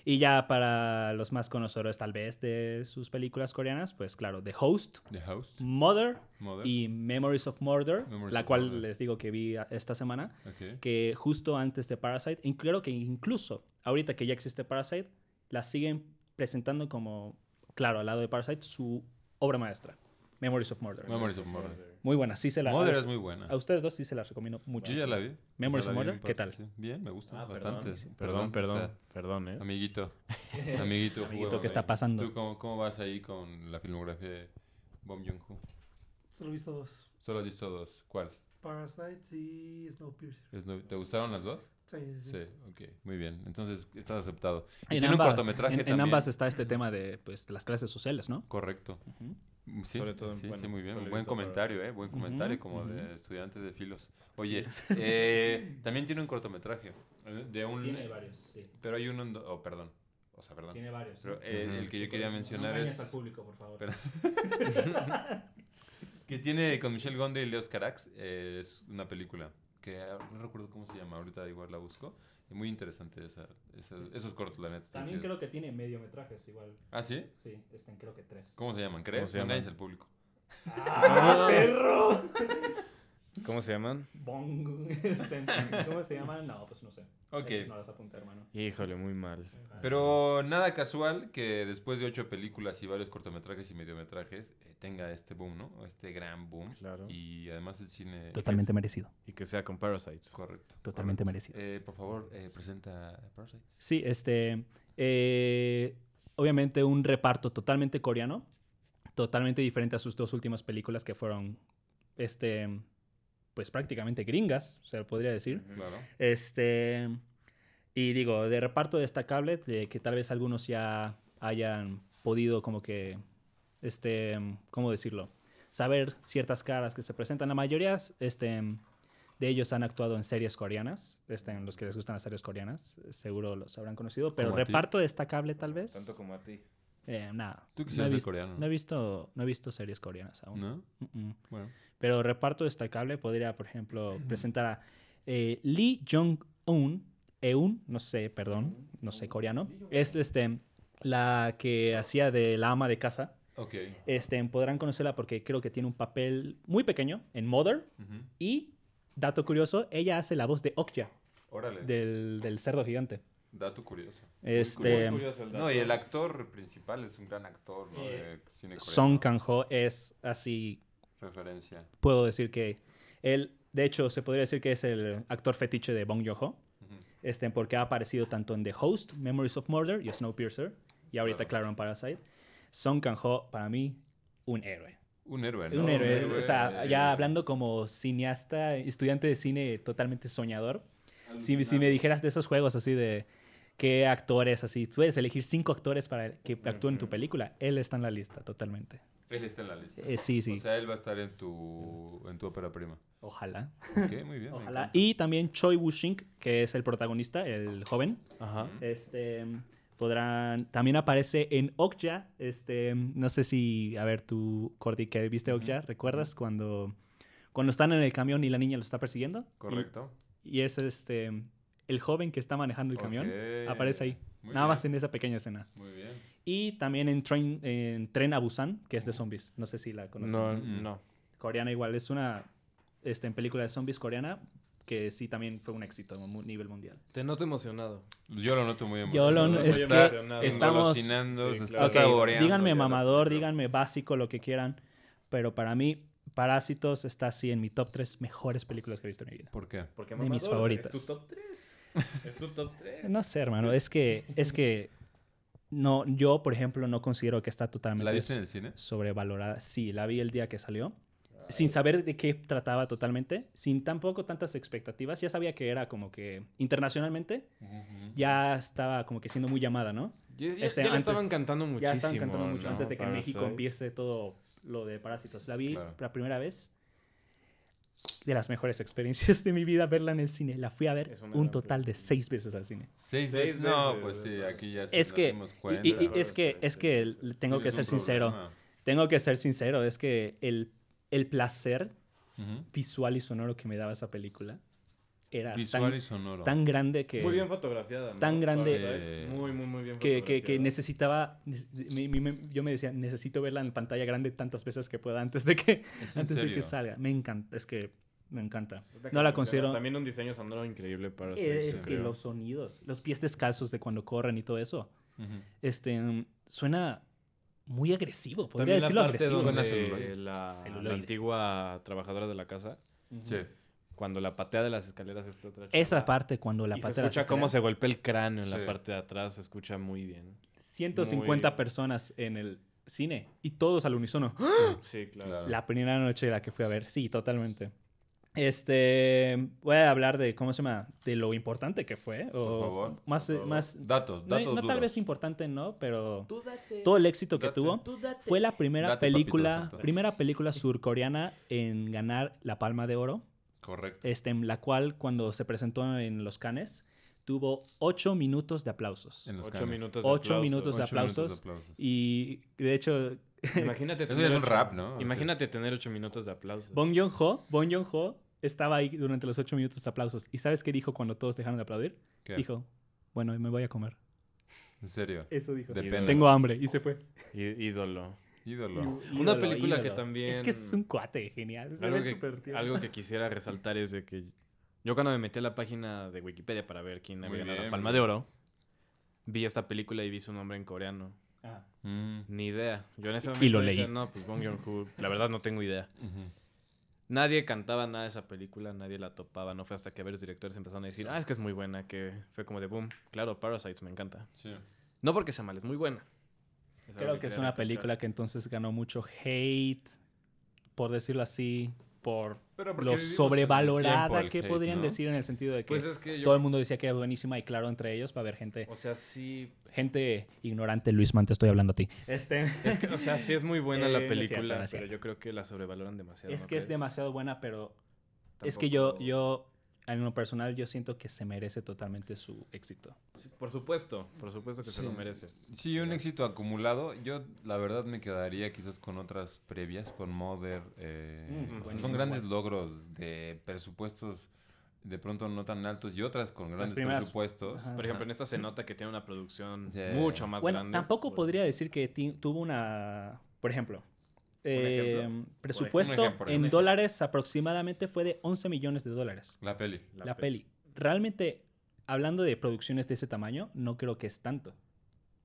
S2: Y ya para los más conocedores tal vez de sus películas coreanas, pues claro, The Host,
S1: The House.
S2: Mother
S1: Mother.
S2: y Memories of Murder,
S1: Memories
S2: la
S1: of
S2: cual
S1: Murder.
S2: les digo que vi a- esta semana,
S1: Ok.
S2: que justo antes de Parasite, y creo que incluso ahorita que ya existe Parasite, la siguen presentando como, claro, al lado de Parasite, su obra maestra, Memories of Murder.
S1: Memories of Murder.
S2: Muy buena, sí se la
S1: Mother
S2: a,
S1: es muy buena.
S2: a ustedes dos sí se las recomiendo
S1: Yo
S2: mucho.
S1: ya la vi.
S2: Memories
S1: Ya la
S2: of
S1: vi
S2: Murder,
S1: en
S2: ¿qué
S1: parte,
S2: tal?
S1: sí. Bien, me gusta
S3: Ah, perdón.
S1: bastante.
S3: Perdón,
S1: o
S3: perdón,
S1: sea,
S3: perdón, ¿eh?
S1: Amiguito. Amiguito.
S2: Amiguito,
S1: juega,
S2: ¿qué está
S1: amigo.
S2: pasando?
S1: ¿Tú cómo, cómo vas ahí con la filmografía de Bong Joon-ho?
S6: Solo he visto dos.
S1: Solo has visto dos. ¿Cuál?
S6: Parasites y Snowpiercer.
S1: ¿Es no- ¿Te gustaron las dos?
S6: Sí, sí, sí.
S1: Sí, ok. Muy bien. Entonces, estás aceptado. Y
S2: En
S1: tiene un
S2: ambas,
S1: cortometraje
S2: en- en,
S1: también.
S2: ambas está este tema de pues, de las clases sociales, ¿no?
S1: Correcto.
S2: Ujú.
S1: Mm, Sí,
S3: Sobre todo en-
S1: sí,
S3: bueno,
S1: sí, muy bien.
S3: solo he
S1: Buen
S3: visto para
S1: comentario, ¿eh? Buen comentario
S2: Ujú,
S1: como
S2: ujú.
S1: de estudiante de filos. Oye, eh, también tiene un cortometraje. eh, De un,
S2: varios, sí.
S1: Pero hay uno... en do- Oh, perdón. O sea, perdón.
S2: varios.
S1: Pero eh,
S3: Ujú.
S1: el que yo quería mencionar es...
S2: público, por favor.
S1: Pero- Que tiene con Michelle Gondry y Leo Carax. es una película que ah, no recuerdo cómo se llama. Ahorita igual la busco. Es muy interesante esa, esa- esos cortos, la neta. están chidos.
S2: que tiene mediometrajes igual.
S1: ¿Ah, sí?
S2: Sí, están creo que tres.
S1: ¿Cómo se llaman? ¿Crees?
S3: se
S1: No
S3: llaman?
S1: engañes al público.
S3: ¡Ah, perro! ¿Cómo se llaman?
S2: Bong. este, ¿Cómo se llama? No, pues no sé.
S1: Ok.
S2: Esos no las apunté, hermano.
S3: Híjole, muy mal.
S1: Pero nada casual que después de ocho películas y varios cortometrajes y mediometrajes eh, tenga este boom, ¿no? O Este gran boom.
S3: Claro. Y,
S1: Y además el cine...
S2: Totalmente merecido.
S3: que sea con Parasites.
S1: Correcto.
S2: Totalmente
S1: correcto.
S2: merecido.
S1: Eh, por favor, eh, presenta Parasites.
S2: Sí, este. eh, obviamente un reparto totalmente coreano. Totalmente diferente a sus dos últimas películas que fueron. Este. Pues prácticamente gringas, se podría decir.
S1: Claro.
S2: Este. Y digo, de reparto destacable, de que tal vez algunos ya hayan podido como que. Este. ¿Cómo decirlo? Saber ciertas caras que se presentan. La mayoría este, de ellos han actuado en series coreanas. Este, en los que les gustan las series coreanas, seguro los habrán conocido. Pero
S1: Como a ti.
S2: reparto destacable, tal vez.
S3: Tanto como a ti.
S2: eh, nada.
S1: Tú
S2: no
S1: quisieras
S2: he,
S1: ser
S2: vis-
S1: coreano,
S2: no he visto, no he visto series coreanas aún.
S1: ¿No?
S2: Mm-mm.
S1: Bueno.
S2: Pero reparto destacable podría, por ejemplo, presentar a eh, Lee Jong-un, Eun, no sé, perdón, no sé coreano. Es este, la que hacía de la ama de casa.
S1: Ok.
S2: Este, podrán conocerla porque creo que tiene un papel muy pequeño en Mother.
S1: Ujú.
S2: Y, dato curioso, ella hace la voz de Okja,
S1: Órale.
S2: del, del cerdo gigante.
S1: Dato curioso.
S2: Este,
S1: No, y el actor principal es un gran actor, ¿no?
S2: Eh,
S1: de cine coreano.
S2: Song Kang-ho es así,
S1: Referencia.
S2: puedo decir que él, de hecho, se podría decir que es el actor fetiche de Bong Joon-ho.
S1: Ujú.
S2: este, porque ha aparecido tanto en The Host, Memories of Murder y Snowpiercer, y ahorita claro en Parasite. Song Kang-ho, para mí, un héroe.
S1: Un héroe, ¿no?
S2: Un héroe, es- o sea,
S1: eh,
S2: ya hablando como cineasta, estudiante de cine totalmente soñador, si, si me dijeras de esos juegos así de qué actores, así, puedes elegir cinco actores para que actúen en tu película, él está en la lista totalmente.
S1: Él está en la lista.
S2: Eh, sí, sí,
S1: O sea, él va a estar en tu, en tu ópera prima.
S2: ojalá.
S1: Ok, muy bien. me
S2: Ojalá.
S1: encanta.
S2: Y también Choi Woo-shing, que es el protagonista, el joven.
S3: Ajá.
S2: Este podrán también aparece en Okja, este no sé si a ver tú Cordy que viste Okja, ¿recuerdas cuando cuando están en el camión y la niña lo está persiguiendo?
S1: Correcto.
S2: Y, y es este el joven que está manejando el camión
S1: Ok.
S2: aparece ahí.
S1: Muy
S2: Nada
S1: bien,
S2: más en esa pequeña escena.
S1: Muy bien.
S2: Y también en Train en Tren a Busan, que es de zombies, no sé si la conoces.
S3: No,
S1: Mm.
S3: no.
S2: Coreana igual es una este en película de zombies coreana que sí también fue un éxito a mu- nivel mundial.
S3: Te noto emocionado.
S1: Yo lo noto muy
S2: Yo lo-
S1: emocionado.
S2: es
S1: Estoy
S2: que
S1: emocionado.
S2: estamos-
S1: Engolosinando,
S3: Sí,
S1: se
S3: claro.
S1: está
S2: Ok,
S1: saboreando
S2: díganme
S1: ya la
S2: mamador,
S1: película.
S2: díganme básico, lo que quieran. Pero para mí, Parásitos está así en mi top 3 mejores películas que he visto en mi vida.
S1: ¿Por qué?
S3: Porque
S2: De mis favoritas.
S3: Es tu top 3. Es tu top 3.
S2: No sé, hermano, es que, es que no, yo, por ejemplo, no considero que está
S1: ¿La
S2: totalmente
S1: viste en el cine?
S2: sobrevalorada. Sí, la vi el día que salió. Sin saber de qué trataba totalmente, sin tampoco tantas expectativas. Ya sabía que era como que internacionalmente ya estaba como que siendo muy llamada, ¿no?
S3: Ya, ya-
S2: Este,
S3: ya la
S2: antes-
S3: estaban cantando muchísimo.
S2: Ya estaban cantando mucho
S3: ¿no?
S2: antes de que en
S3: Parasites.
S2: México empiece todo lo de Parásitos. La vi
S1: Claro.
S2: la primera vez. de las mejores experiencias de mi vida verla en el cine. La fui a ver
S3: Es una
S2: un
S3: gran
S2: total de seis veces al cine.
S1: Seis,
S3: Seis
S1: veces. No,
S3: veces,
S1: pues sí,
S3: ¿verdad?
S1: aquí ya se
S2: Es
S1: nos
S2: que,
S1: dimos
S2: y- y- y
S1: cuenta.
S2: es que, es que el- tengo que
S1: Tienes
S2: ser
S1: un
S2: sincero.
S1: problema.
S2: Tengo que ser sincero. Es que el, el placer
S1: Ujú.
S2: visual y sonoro que me daba esa película era
S1: Visual y
S2: tan,
S1: sonoro.
S2: tan grande que...
S3: Muy bien fotografiada. ¿no?
S2: tan grande-
S3: Parasite, Muy, muy, muy bien
S2: que, que- que
S3: fotografiada.
S2: necesitaba, mi- mi- mi- yo me decía, necesito verla en pantalla grande tantas veces que pueda antes de que,
S1: ¿Es en
S2: antes de que
S1: serio?
S2: salga. Me encanta, es que me encanta.
S3: Ahorita que
S2: No la
S3: mencionas,
S2: considero...
S3: También un diseño sonoro increíble para
S2: Eh, Es,
S3: Parasite,
S2: que
S3: creo.
S2: los sonidos, los pies descalzos de cuando corren y todo eso,
S1: Ujú.
S2: este, mm, suena muy agresivo, podría
S3: También
S2: decirlo
S3: la parte
S2: agresivo.
S1: donde-
S3: donde
S1: Suena
S3: la,
S2: Celuloide.
S3: la antigua trabajadora de la casa,
S1: Sí.
S3: cuando la patea de las escaleras esta otra
S2: Esa
S3: chava,
S2: parte cuando la
S3: y
S2: pata
S3: se
S2: de las
S3: escucha cómo se
S2: escaleras.
S3: golpea el cráneo en
S1: Sí.
S3: la parte de atrás, se escucha muy bien.
S2: 150
S3: muy-
S2: personas en el cine y todos al unísono.
S1: Ah.
S3: Sí, claro.
S1: Claro.
S2: La primera noche la que fui a ver, sí, totalmente. Este, voy a hablar de cómo se llama, de lo importante que fue o
S1: favor,
S2: más más
S1: Datos,
S2: no,
S1: datos
S2: no tal
S1: duros.
S2: vez importante, no, pero todo el éxito que
S1: Date.
S2: tuvo fue la primera
S1: Date, papito
S2: película,
S1: santo.
S2: primera película surcoreana en ganar la Palma de Oro,
S1: Correcto.
S2: este, en la cual cuando se presentó en los Cannes tuvo ocho minutos de aplausos.
S1: En los
S3: Ocho
S1: canes.
S3: minutos de
S2: Ocho
S3: aplauso.
S2: minutos de
S1: Ocho minutos de
S2: aplausos.
S1: aplausos.
S2: Y de hecho,
S3: Imagínate
S1: Eso
S3: tener
S1: ya es un
S3: ocho-
S1: rap, ¿no?
S3: Imagínate tener ocho minutos de aplausos.
S2: Bong Joon-ho, Bong Joon-ho estaba ahí durante los ocho minutos de aplausos. ¿Y sabes qué dijo cuando todos dejaron de aplaudir?
S1: ¿Qué?
S2: Dijo, bueno, me voy a comer.
S1: En serio.
S2: Eso dijo.
S1: De
S3: Y
S1: pena.
S2: Tengo hambre. Y se fue.
S3: Í- ídolo.
S1: Ídolo.
S3: Una
S2: Ídolo,
S3: película que
S2: ídolo.
S3: también...
S2: Es que es un cuate genial. Se
S3: algo
S2: ve súper
S3: que,
S2: tierno.
S3: algo que quisiera resaltar es de que yo cuando me metí a la página de Wikipedia para ver quién
S1: Muy
S3: había ganado
S1: bien,
S3: la Palma
S1: muy
S3: de
S1: bien.
S3: Oro, vi esta película y vi su nombre en coreano.
S2: Ah.
S1: Mm,
S3: Ni idea. Yo en ese
S2: Y lo
S3: momento dije,
S2: leí.
S3: no, pues Bong Joon-ho, la verdad no tengo idea.
S1: ujú.
S3: Nadie cantaba nada de esa película, nadie la topaba. No fue hasta que varios directores empezaron a decir, ah, es que es muy buena, que fue como de boom. Claro, Parasites me encanta.
S1: Sí.
S3: No porque sea mal, es muy buena. Es algo
S2: Creo que es
S3: quería
S2: una
S3: recalcar.
S2: película que entonces ganó mucho hate, por decirlo así, por
S1: Pero porque vivimos en
S2: lo
S1: el tiempo
S2: sobrevalorada
S1: del
S2: que
S1: hate,
S2: podrían
S1: ¿no?
S2: decir en el sentido de que,
S3: Pues es que yo...
S2: todo el mundo decía que era buenísima y claro, entre ellos va a haber gente,
S3: O sea, sí...
S2: gente ignorante, Luis Man, te estoy hablando a ti. Este...
S3: Es que, o sea, sí es muy buena la
S2: Eh, no es cierto,
S3: película,
S2: no es
S3: pero
S2: cierto.
S3: yo creo que la sobrevaloran demasiado.
S2: Es
S3: ¿no
S2: que es
S3: crees?
S2: demasiado buena, pero es que yo,
S3: Tampoco-
S2: yo, en lo personal, yo siento que se merece totalmente su éxito.
S3: Por supuesto, por supuesto que se lo
S1: Sí.
S3: merece.
S1: Sí, un éxito acumulado. Yo, la verdad, me quedaría quizás con otras previas, con Mother. eh,
S2: Mm,
S1: o sea, son
S2: buenísimo.
S1: grandes logros de presupuestos de pronto no tan altos y otras con grandes
S2: primeras-
S1: presupuestos.
S2: Ajá.
S3: Por ejemplo, en esta se nota que tiene una producción
S1: Sí.
S3: mucho más
S2: bueno,
S3: grande.
S2: tampoco
S3: Por-
S2: podría decir que ti- tuvo una, por ejemplo, eh,
S3: ejemplo?
S2: presupuesto
S1: Un ejemplo, un
S2: en
S1: ejemplo.
S2: dólares aproximadamente fue de 11 millones de dólares.
S1: La peli.
S2: La, peli. Realmente, hablando de producciones de ese tamaño, no creo que es tanto.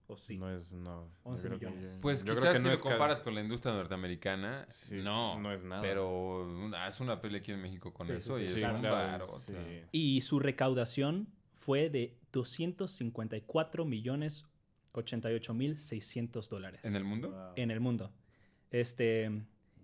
S2: ¿O sí?
S3: No es, no. yo
S2: 11
S3: creo que-
S2: millones.
S1: Pues
S3: yo creo
S1: quizás
S3: que
S1: si
S3: no
S1: lo
S3: es ca-
S1: comparas con la industria norteamericana,
S3: Sí,
S1: no.
S3: no es nada.
S1: Pero una- haz una peli aquí en México con
S2: Sí, sí,
S1: eso y
S3: Sí,
S1: es un
S3: claro,
S1: varo, o
S3: sí.
S1: sea.
S2: Y su recaudación fue de 254 millones 88 mil 600 dólares.
S1: ¿En el mundo?
S3: Wow.
S2: en el mundo. Este,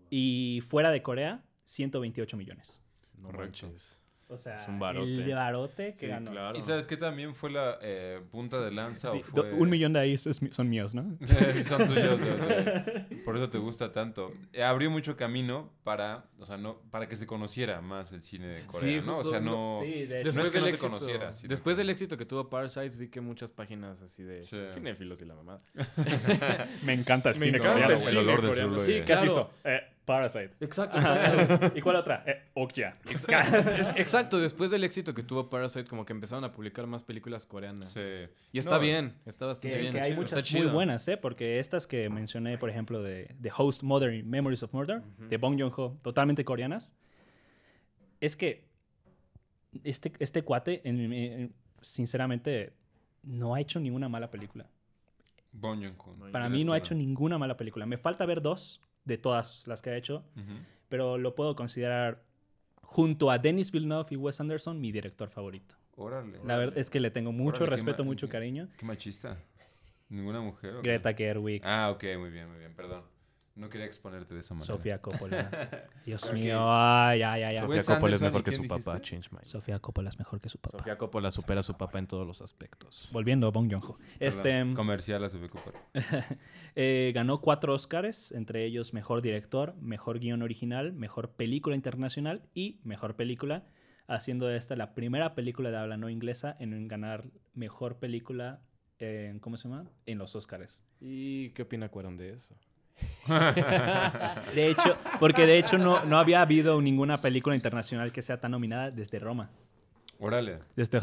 S2: y fuera de Corea, 128 millones.
S3: No
S1: Correcto.
S3: manches.
S2: O sea,
S3: Es un barote.
S2: el barote que
S3: Sí,
S2: ganó.
S3: claro.
S1: Y sabes que también fue la eh, punta de lanza
S2: Sí,
S1: o
S2: do-
S1: fue...
S2: Un millón de ahí es- son míos, ¿no?
S1: Sí, son tuyos, güey. Por eso te gusta tanto. Eh, abrió mucho camino para, o sea, no, para que se conociera más el cine de Corea,
S3: Sí,
S1: ¿no? O sea,
S3: justo,
S1: no.
S2: Sí, de
S1: Después-
S2: hecho.
S1: No es que
S3: del
S1: no se
S3: éxito-
S1: conociera, sino
S3: después
S1: que-
S3: del éxito que tuvo Parasites, vi que muchas páginas así de
S1: Sí.
S3: cinéfilos y la mamá.
S2: Me encanta el
S3: Me
S2: cine coreano.
S3: encanta el
S2: güey.
S1: el
S3: cine
S1: olor de
S3: coreano.
S1: su
S3: Sí,
S1: loya.
S2: ¿Qué has
S3: claro.
S2: visto? Eh, Parasite.
S3: Exacto,
S2: Ajá. ¿Y cuál otra? Eh, Okja.
S3: Es- Exacto, después del éxito que tuvo Parasite, como que empezaron a publicar más películas coreanas.
S1: Sí.
S3: Y está
S1: No,
S3: bien, está bastante
S2: Que,
S3: bien.
S2: que hay
S3: Está
S2: muchas muy
S3: chido.
S2: buenas, ¿eh? Porque estas que mencioné, por ejemplo, de, de Host Mother y Memories of Murder, de Bong Joon-ho, totalmente coreanas, es que este, este cuate, en mi- en- sinceramente, no ha hecho ninguna mala película.
S1: Bong Joon-ho.
S2: Para mí no ha hecho ninguna mala película. Me falta ver dos de todas las que ha hecho,
S1: Ujú.
S2: pero lo puedo considerar junto a Denis Villeneuve y Wes Anderson mi director favorito.
S1: Órale.
S2: La verdad es que le tengo mucho
S1: Órale, qué
S2: respeto,
S1: ma-
S2: mucho
S1: qué-
S2: cariño.
S1: Qué machista. Ninguna mujer. o qué?
S2: Greta Gerwig,
S1: Ah, ok, muy bien, muy bien, perdón. No quería exponerte de esa manera.
S2: Sofía Coppola. Dios
S1: Ok.
S2: mío, ay, ay, ay. ay.
S1: Sofía
S3: Sofía
S1: Wes Coppola
S3: Coppola
S1: es
S3: es
S1: Anderson, mejor
S3: mejor
S1: ¿y que
S3: que
S1: quién
S3: su
S1: su papá,
S3: papá.
S1: dijiste?
S2: Sofía Coppola es mejor que su papá.
S3: Sofía Coppola supera a su papá en todos los aspectos.
S2: Volviendo a Bong Joon-ho. Este,
S1: Perdón, Comercial a Sofía Coppola.
S2: eh, ganó cuatro Oscars, entre ellos Mejor Director, Mejor Guión Original, Mejor Película Internacional y Mejor Película, haciendo de esta la primera película de habla no inglesa en ganar Mejor Película, en- ¿cómo se llama? En los Oscars.
S3: ¿Y qué opina Cuarón de eso?
S2: De hecho, porque de hecho no, no había habido ninguna película internacional que sea tan nominada desde Roma.
S1: Órale.
S2: Desde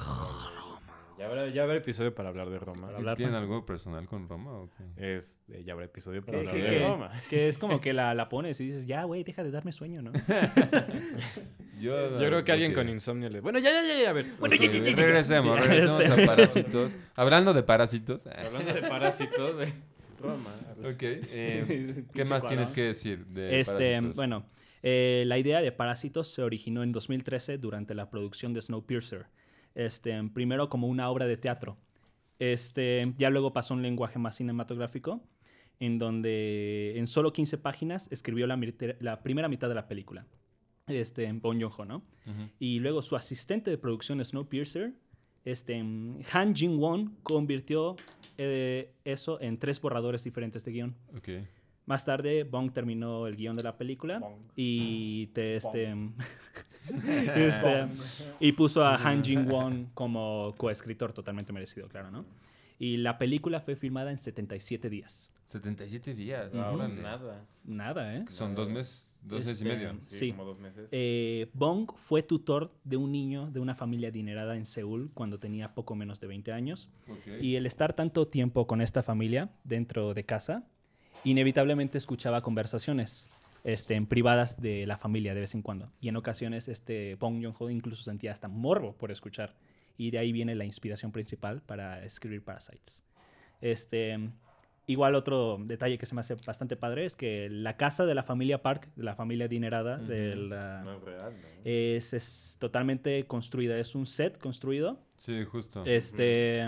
S3: Ya habrá, ya habrá episodio para hablar de Roma.
S2: Hablar
S1: ¿Tienen
S2: con-
S1: algo personal con Roma o qué?
S3: Este, ya habrá episodio para
S2: que,
S3: hablar
S2: que-
S3: de
S2: que-
S3: Roma.
S2: que es como que la, la pones y dices, ya, güey, deja de darme sueño, ¿no?
S1: Yo, ah,
S3: Yo creo que alguien con insomnio le... Bueno, ya, ya, ya, ya, a ver.
S1: Ok,
S2: ya, ya, ya, ya.
S1: regresemos,
S2: Ya,
S1: regresemos
S2: este-
S1: a parásitos. Hablando de parásitos. eh,
S3: Hablando de parásitos, de Roma.
S1: Ok. eh, ¿Qué
S2: Pinche
S1: más
S2: cuadrón.
S1: tienes que decir de
S2: Este,
S1: parásitos?
S2: bueno, eh, la idea de Parásitos se originó en 2013 durante la producción de Snowpiercer. Este, primero como una obra de teatro. Este, ya luego pasó a un lenguaje más cinematográfico, en donde en solo 15 páginas escribió la, mite- la primera mitad de la película. Este, Bong Joon-ho, ¿no?
S1: Ujú.
S2: Y luego su asistente de producción Snowpiercer, este, Han Jin-won, convirtió eh, eso en tres borradores diferentes de guión.
S1: Ok.
S2: Más tarde, Bong terminó el guión de la película y te, este, este, y puso a Han Jin Won como coescritor, totalmente merecido, claro, ¿no? Y la película fue filmada en 77 días.
S1: 77 días.
S3: No,
S1: órale.
S3: nada.
S2: Nada, ¿eh?
S1: Son dos meses, dos meses y
S2: Este,
S1: medio.
S3: Sí,
S2: Sí.
S3: como dos meses.
S2: Eh, Bong fue tutor de un niño de una familia adinerada en Seúl cuando tenía poco menos de 20 años.
S1: Ok.
S2: Y el estar tanto tiempo con esta familia dentro de casa, inevitablemente escuchaba conversaciones este, en privadas de la familia de vez en cuando. Y en ocasiones este, Bong Joon-ho incluso sentía hasta morbo por escuchar. Y de ahí viene la inspiración principal para escribir Parasites. Este, igual otro detalle que se me hace bastante padre es que la casa de la familia Park, de la familia adinerada, de
S1: Ujú.
S2: la-
S3: No es real, ¿no?
S2: es, es totalmente construida, es un set construido.
S1: Sí, justo.
S2: Este.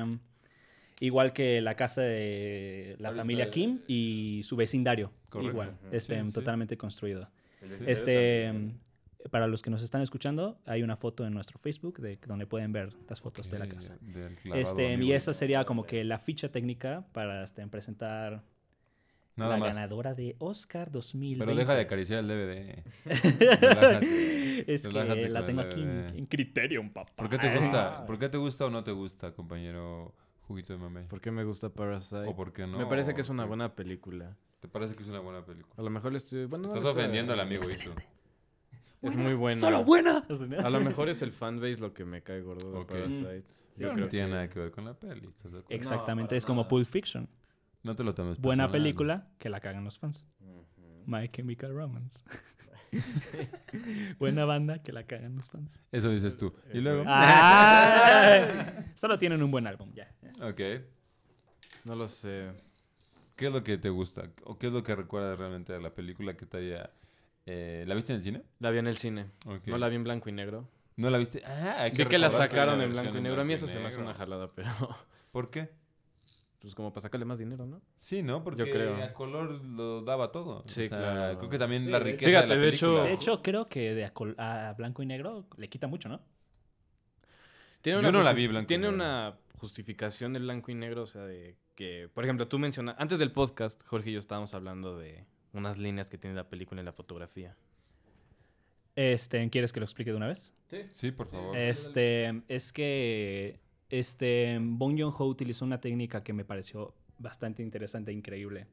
S2: Igual que la casa de la
S1: Ahorita
S2: familia
S1: el-
S2: Kim y su vecindario.
S1: Correcto.
S2: Igual.
S3: Ujú.
S2: Este,
S1: Sí, sí.
S2: totalmente construido.
S3: El de-
S2: Este.
S3: también.
S2: Para los que nos están escuchando, hay una foto en nuestro Facebook de donde pueden ver las fotos de la
S1: Ok,
S2: casa.
S1: del clavado,
S2: Este, y
S1: amigo.
S2: esa sería como que la ficha técnica para este, presentar
S1: Nada
S2: la
S1: más.
S2: ganadora de Oscar 2020.
S1: Pero deja de acariciar el DVD. Relájate.
S2: Es
S1: Relájate
S2: que la
S1: con
S2: tengo
S1: el
S2: aquí en,
S1: DVD.
S2: en Criterion, papá. Ah,
S1: ¿Por qué te gusta? ¿Por qué te gusta o no te gusta, compañero Juguito de Mame?
S3: ¿Por qué me gusta Parasite?
S1: ¿O por qué no?
S3: Me parece que es una
S1: ¿Te-
S3: buena película.
S1: ¿Te parece que es una buena película?
S3: A lo mejor le estoy... Bueno, no
S1: Estás
S3: sé.
S1: ofendiendo al amigo Hito.
S3: Es muy buena.
S2: ¡Solo buena!
S3: A lo mejor es el fanbase lo que me cae gordo de
S1: Ok.
S3: Parasite.
S2: Sí,
S3: Yo
S2: o
S1: No
S3: creo
S1: tiene
S3: que-
S1: nada que ver con la peli. ¿estás de acuerdo?
S2: Exactamente,
S3: para
S2: es como
S3: nada.
S2: Pulp Fiction.
S1: No te lo tomes
S2: Buena
S1: personal.
S2: película que la cagan los fans. My Chemical Romance. Buena banda que la cagan los fans.
S1: Eso dices tú. Y luego...
S3: Ah.
S2: Solo tienen un buen álbum, ya.
S1: Ok.
S3: No lo sé.
S1: ¿Qué es lo que te gusta? ¿O qué es lo que recuerdas realmente de la película que te haya... eh, ¿La viste en el cine?
S3: La vi en el cine.
S1: Ok.
S3: No la vi en blanco y negro.
S1: ¿No la viste? Ah, hay
S3: Sí que la
S1: recordar hay
S3: sacaron
S1: una
S3: en
S1: versión
S3: blanco y negro. A mí
S1: blanco
S3: eso se me hace
S1: negro.
S3: una jalada, pero...
S1: ¿Por qué?
S3: Pues como para sacarle más dinero, ¿no?
S1: Sí, ¿no? Porque
S3: creo.
S1: a color lo daba todo.
S3: Sí,
S1: O sea,
S3: claro.
S1: Creo que también
S6: Sí,
S1: la
S6: de-
S1: riqueza
S3: Fíjate,
S1: de la
S3: de hecho-
S1: película.
S2: De hecho, creo que de a, col- a blanco y negro le quita mucho, ¿no?
S3: Tiene
S1: Yo no la
S3: justi-
S1: vi en blanco y
S3: Tiene
S1: negro.
S3: una justificación del blanco y negro, o sea, de que, por ejemplo, tú mencionas, antes del podcast, Jorge y yo estábamos hablando de unas líneas que tiene la película en la fotografía.
S2: Este, ¿quieres que lo explique de una vez?
S1: Sí,
S2: eh,
S1: por favor.
S2: Este, es que este Bong Joon-ho utilizó una técnica que me pareció bastante interesante e increíble,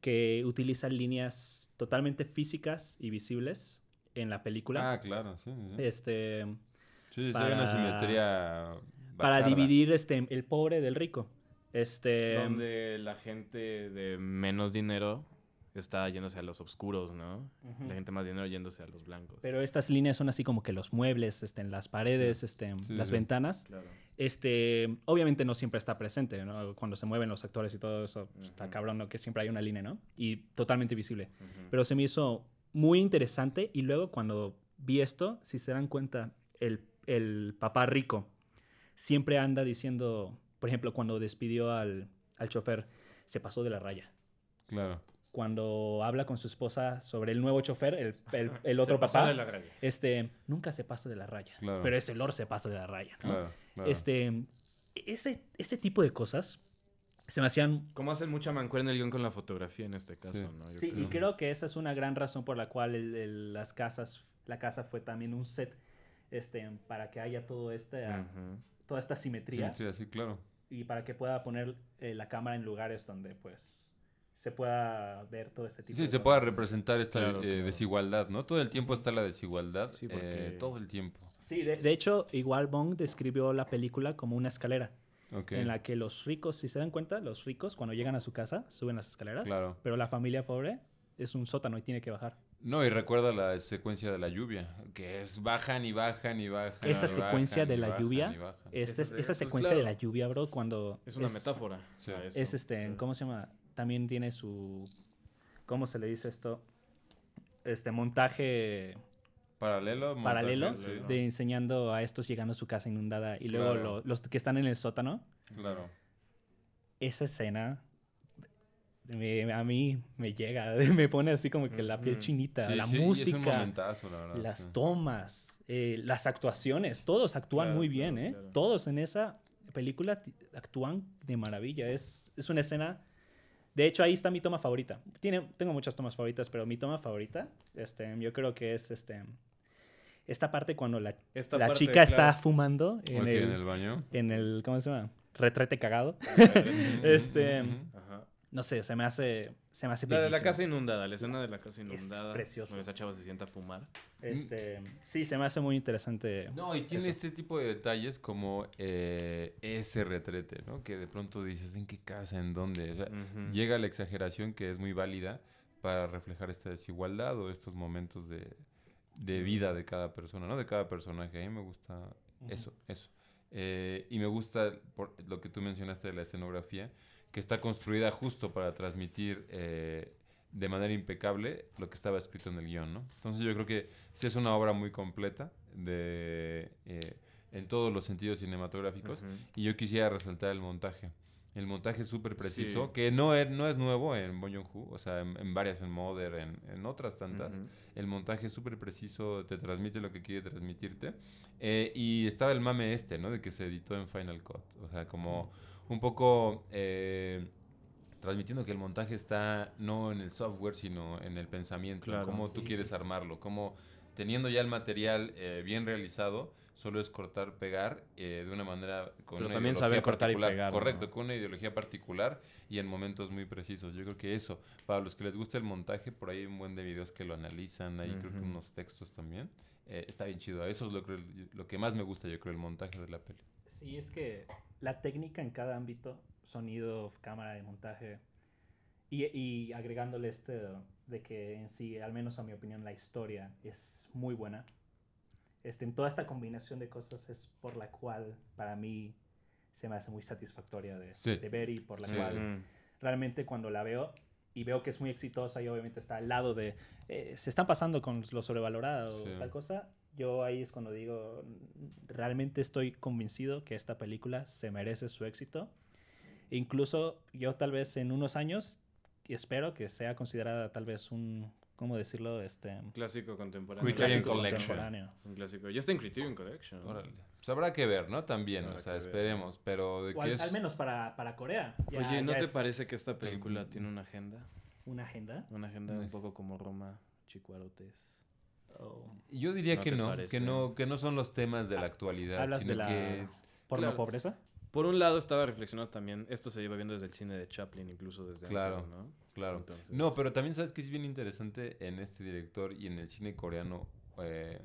S2: que utiliza líneas totalmente físicas y visibles en la película.
S1: ah, claro, sí. sí.
S2: este
S1: Sí, sí, hay
S2: para-
S1: una simetría.
S2: para
S1: bastarda.
S2: dividir este el pobre del rico. Este
S3: donde la gente de menos dinero está yéndose a los oscuros, ¿no?
S2: Ujú.
S3: La gente más dinero yéndose a los blancos.
S2: pero estas líneas son así como que los muebles, este, en las paredes, este, en
S1: Sí,
S2: las
S1: sí.
S2: ventanas.
S3: Claro.
S2: Este, obviamente no siempre está presente, ¿no? Cuando se mueven los actores y todo eso, pues, está
S3: Ujú.
S2: cabrón, ¿no? Que siempre hay una línea, ¿no? Y totalmente visible.
S3: Ujú.
S2: Pero se me hizo muy interesante y luego cuando vi esto, si se dan cuenta, el, el papá rico siempre anda diciendo, por ejemplo, cuando despidió al, al chofer, se pasó de la raya.
S1: Claro.
S2: cuando habla con su esposa sobre el nuevo chofer, el, el- el
S3: Se
S2: otro
S3: pasó
S2: papá,
S3: de la raya.
S2: este, nunca se pasa de la raya.
S1: Claro.
S2: Pero ese lord se pasa de la raya. ¿no?
S1: Claro, claro.
S2: Este, ese, ese tipo de cosas se me hacían
S3: Como hacen mucha mancuerna el guión con la fotografía en este caso,
S1: Sí.
S3: ¿no? Yo
S2: Sí, y
S3: creo.
S2: creo que esa es una gran razón por la cual el- el- las casas, la casa fue también un set este, para que haya todo este,
S3: Ujú.
S2: toda esta simetría,
S1: Mm. Simetría, sí, claro.
S2: y para que pueda poner eh, la cámara en lugares donde pues se pueda ver todo este tipo
S1: Sí,
S2: de
S1: se
S2: cosas.
S1: pueda representar esta
S3: Claro,
S1: eh,
S3: claro.
S1: desigualdad, ¿no? Todo el tiempo está la desigualdad.
S3: Sí,
S1: eh,
S3: porque-
S1: todo el tiempo.
S2: Sí, de, de hecho, igual Bong describió la película como una escalera
S1: Ok.
S2: en la que los ricos, si se dan cuenta, los ricos cuando llegan a su casa suben las escaleras,
S1: Claro.
S2: pero la familia pobre es un sótano y tiene que bajar.
S1: No, y recuerda la secuencia de la lluvia, que es bajan y bajan y bajan.
S2: Esa
S1: y
S2: secuencia
S1: bajan
S2: de
S1: y
S2: la
S1: bajan
S2: lluvia
S1: y bajan.
S2: Esta, Este
S3: Eso
S2: es-
S3: es-
S2: esa
S3: pues,
S2: secuencia de la
S3: claro.
S2: lluvora, bro, cuando...
S3: Es una metáfora.
S1: Sí.
S3: a eso.
S2: Es este, ¿cómo se llama? También tiene su. ¿Cómo se le dice esto? Este montaje
S1: Paralelo. montaje,
S2: paralelo
S1: sí, ¿no?
S2: de enseñando a estos llegando a su casa inundada y luego
S1: Claro.
S2: lo- los que están en el sótano.
S1: Claro.
S2: Esa escena me- a mí me llega, me pone así como que la piel
S3: Ujú.
S2: chinita,
S1: Sí,
S2: la
S1: sí, y Es un
S2: música,
S1: momentazo, la verdad.
S2: las
S1: sí.
S2: tomas, eh, las actuaciones, todos actúan
S3: Claro,
S2: muy bien,
S3: claro,
S2: ¿eh?
S3: claro.
S2: Todos en esa película ti- actúan de maravilla. Es, es una escena. De hecho, ahí está mi toma favorita. Tiene, tengo muchas tomas favoritas, pero mi toma favorita, este, yo creo que es este, esta parte cuando la,
S3: Esta
S2: la
S3: parte,
S2: chica está
S3: claro.
S2: fumando en,
S1: Ok,
S2: el,
S1: en el baño.
S2: en el. ¿Cómo se llama? Retrete cagado.
S1: Ujú,
S2: este,
S1: ujú, ujú.
S3: Ajá.
S2: No sé, se me hace. Se me hace
S3: La de la
S2: bellísimo.
S3: casa inundada, la escena de la casa inundada.
S2: precioso.
S3: Donde esa chava se sienta a fumar.
S2: Este, sí, se me hace muy interesante.
S1: No, y tiene
S2: Eso.
S1: este tipo de detalles como eh, ese retrete, ¿no? Que de pronto dices, ¿en qué casa? ¿En dónde? O sea,
S3: Ujú.
S1: llega la exageración que es muy válida para reflejar esta desigualdad o estos momentos de, de vida de cada persona, ¿no? De cada personaje. A mí me gusta eso, eso. Eh, y me gusta por lo que tú mencionaste de la escenografía, que está construida justo para transmitir eh, de manera impecable lo que estaba escrito en el guión, ¿no? Entonces yo creo que sí es una obra muy completa de, eh, en todos los sentidos cinematográficos.
S3: Ujú.
S1: Y yo quisiera resaltar el montaje. El montaje es súper preciso,
S3: Sí.
S1: que no es, no es nuevo en Bong Joon-ho, o sea, en, en varias, en Mother, en, en otras tantas.
S3: Ujú.
S1: El montaje es súper preciso, te transmite lo que quiere transmitirte. Eh, y estaba el mame este, ¿no? De que se editó en Final Cut. O sea, como un poco eh, transmitiendo que el montaje está no en el software, sino en el pensamiento, en
S3: Claro.
S1: cómo tú
S6: Sí,
S1: quieres
S6: sí.
S1: armarlo, cómo teniendo ya el material eh, bien realizado, solo es cortar, pegar eh, de una manera con
S3: Pero
S1: una
S3: también
S1: ideología
S3: saber cortar y
S1: particular.
S3: pegar, ¿no?
S1: Correcto, con una ideología particular y en momentos muy precisos. Yo creo que eso, para los que les gusta el montaje, por ahí hay un buen de videos que lo analizan, ahí creo que
S3: Ujú.
S1: unos textos también. Eh, está bien chido. Eso es lo, creo- lo que más me gusta, yo creo, el montaje de la peli.
S2: Sí, es que la técnica en cada ámbito, sonido, cámara de montaje, y, y agregándole este de que en sí, al menos a mi opinión, la historia es muy buena. Este, en toda esta combinación de cosas es por la cual para mí se me hace muy satisfactoria de,
S1: Sí.
S2: de ver y por la
S1: Sí,
S2: cual
S3: Ujú.
S2: realmente cuando la veo y veo que es muy exitosa y obviamente está al lado de eh, se están pasando con lo sobrevalorado
S1: Sí.
S2: o tal cosa, yo ahí es cuando digo realmente estoy convencido que esta película se merece su éxito. Incluso yo tal vez en unos años espero que sea considerada tal vez un cómo decirlo este
S3: Un clásico contemporáneo.
S1: Criterion
S3: Clásico
S1: Collection.
S3: contemporáneo. Un clásico. Ya está en Criterion Collection.
S1: Órale. Pues habrá que ver, ¿no? También,
S3: Ah. Habrá
S1: o sea,
S3: que ver.
S1: esperemos, pero de
S2: O
S1: que
S2: al,
S1: es...
S2: al menos para, para Corea. Ya-
S3: Oye, ¿no
S2: ya
S3: te
S2: es
S3: parece que esta película tiene una agenda?
S2: una agenda?
S3: Una agenda
S1: Una-
S3: un poco como Roma, Chicuarotes.
S2: ¿O
S1: Yo diría
S3: ¿No
S1: que
S3: te
S1: no,
S3: parece?
S1: que no, que no son los temas de la actualidad,
S2: Ah, ¿Hablas
S1: sino
S2: de la
S1: que
S2: porno
S3: Claro.
S2: pobreza?
S3: Por un lado estaba reflexionando también, esto se lleva viendo desde el cine de Chaplin, incluso desde
S1: Claro.
S3: antes, ¿no?
S1: Claro.
S3: Entonces-
S1: No, pero también sabes que es bien interesante en este director y en el cine coreano eh,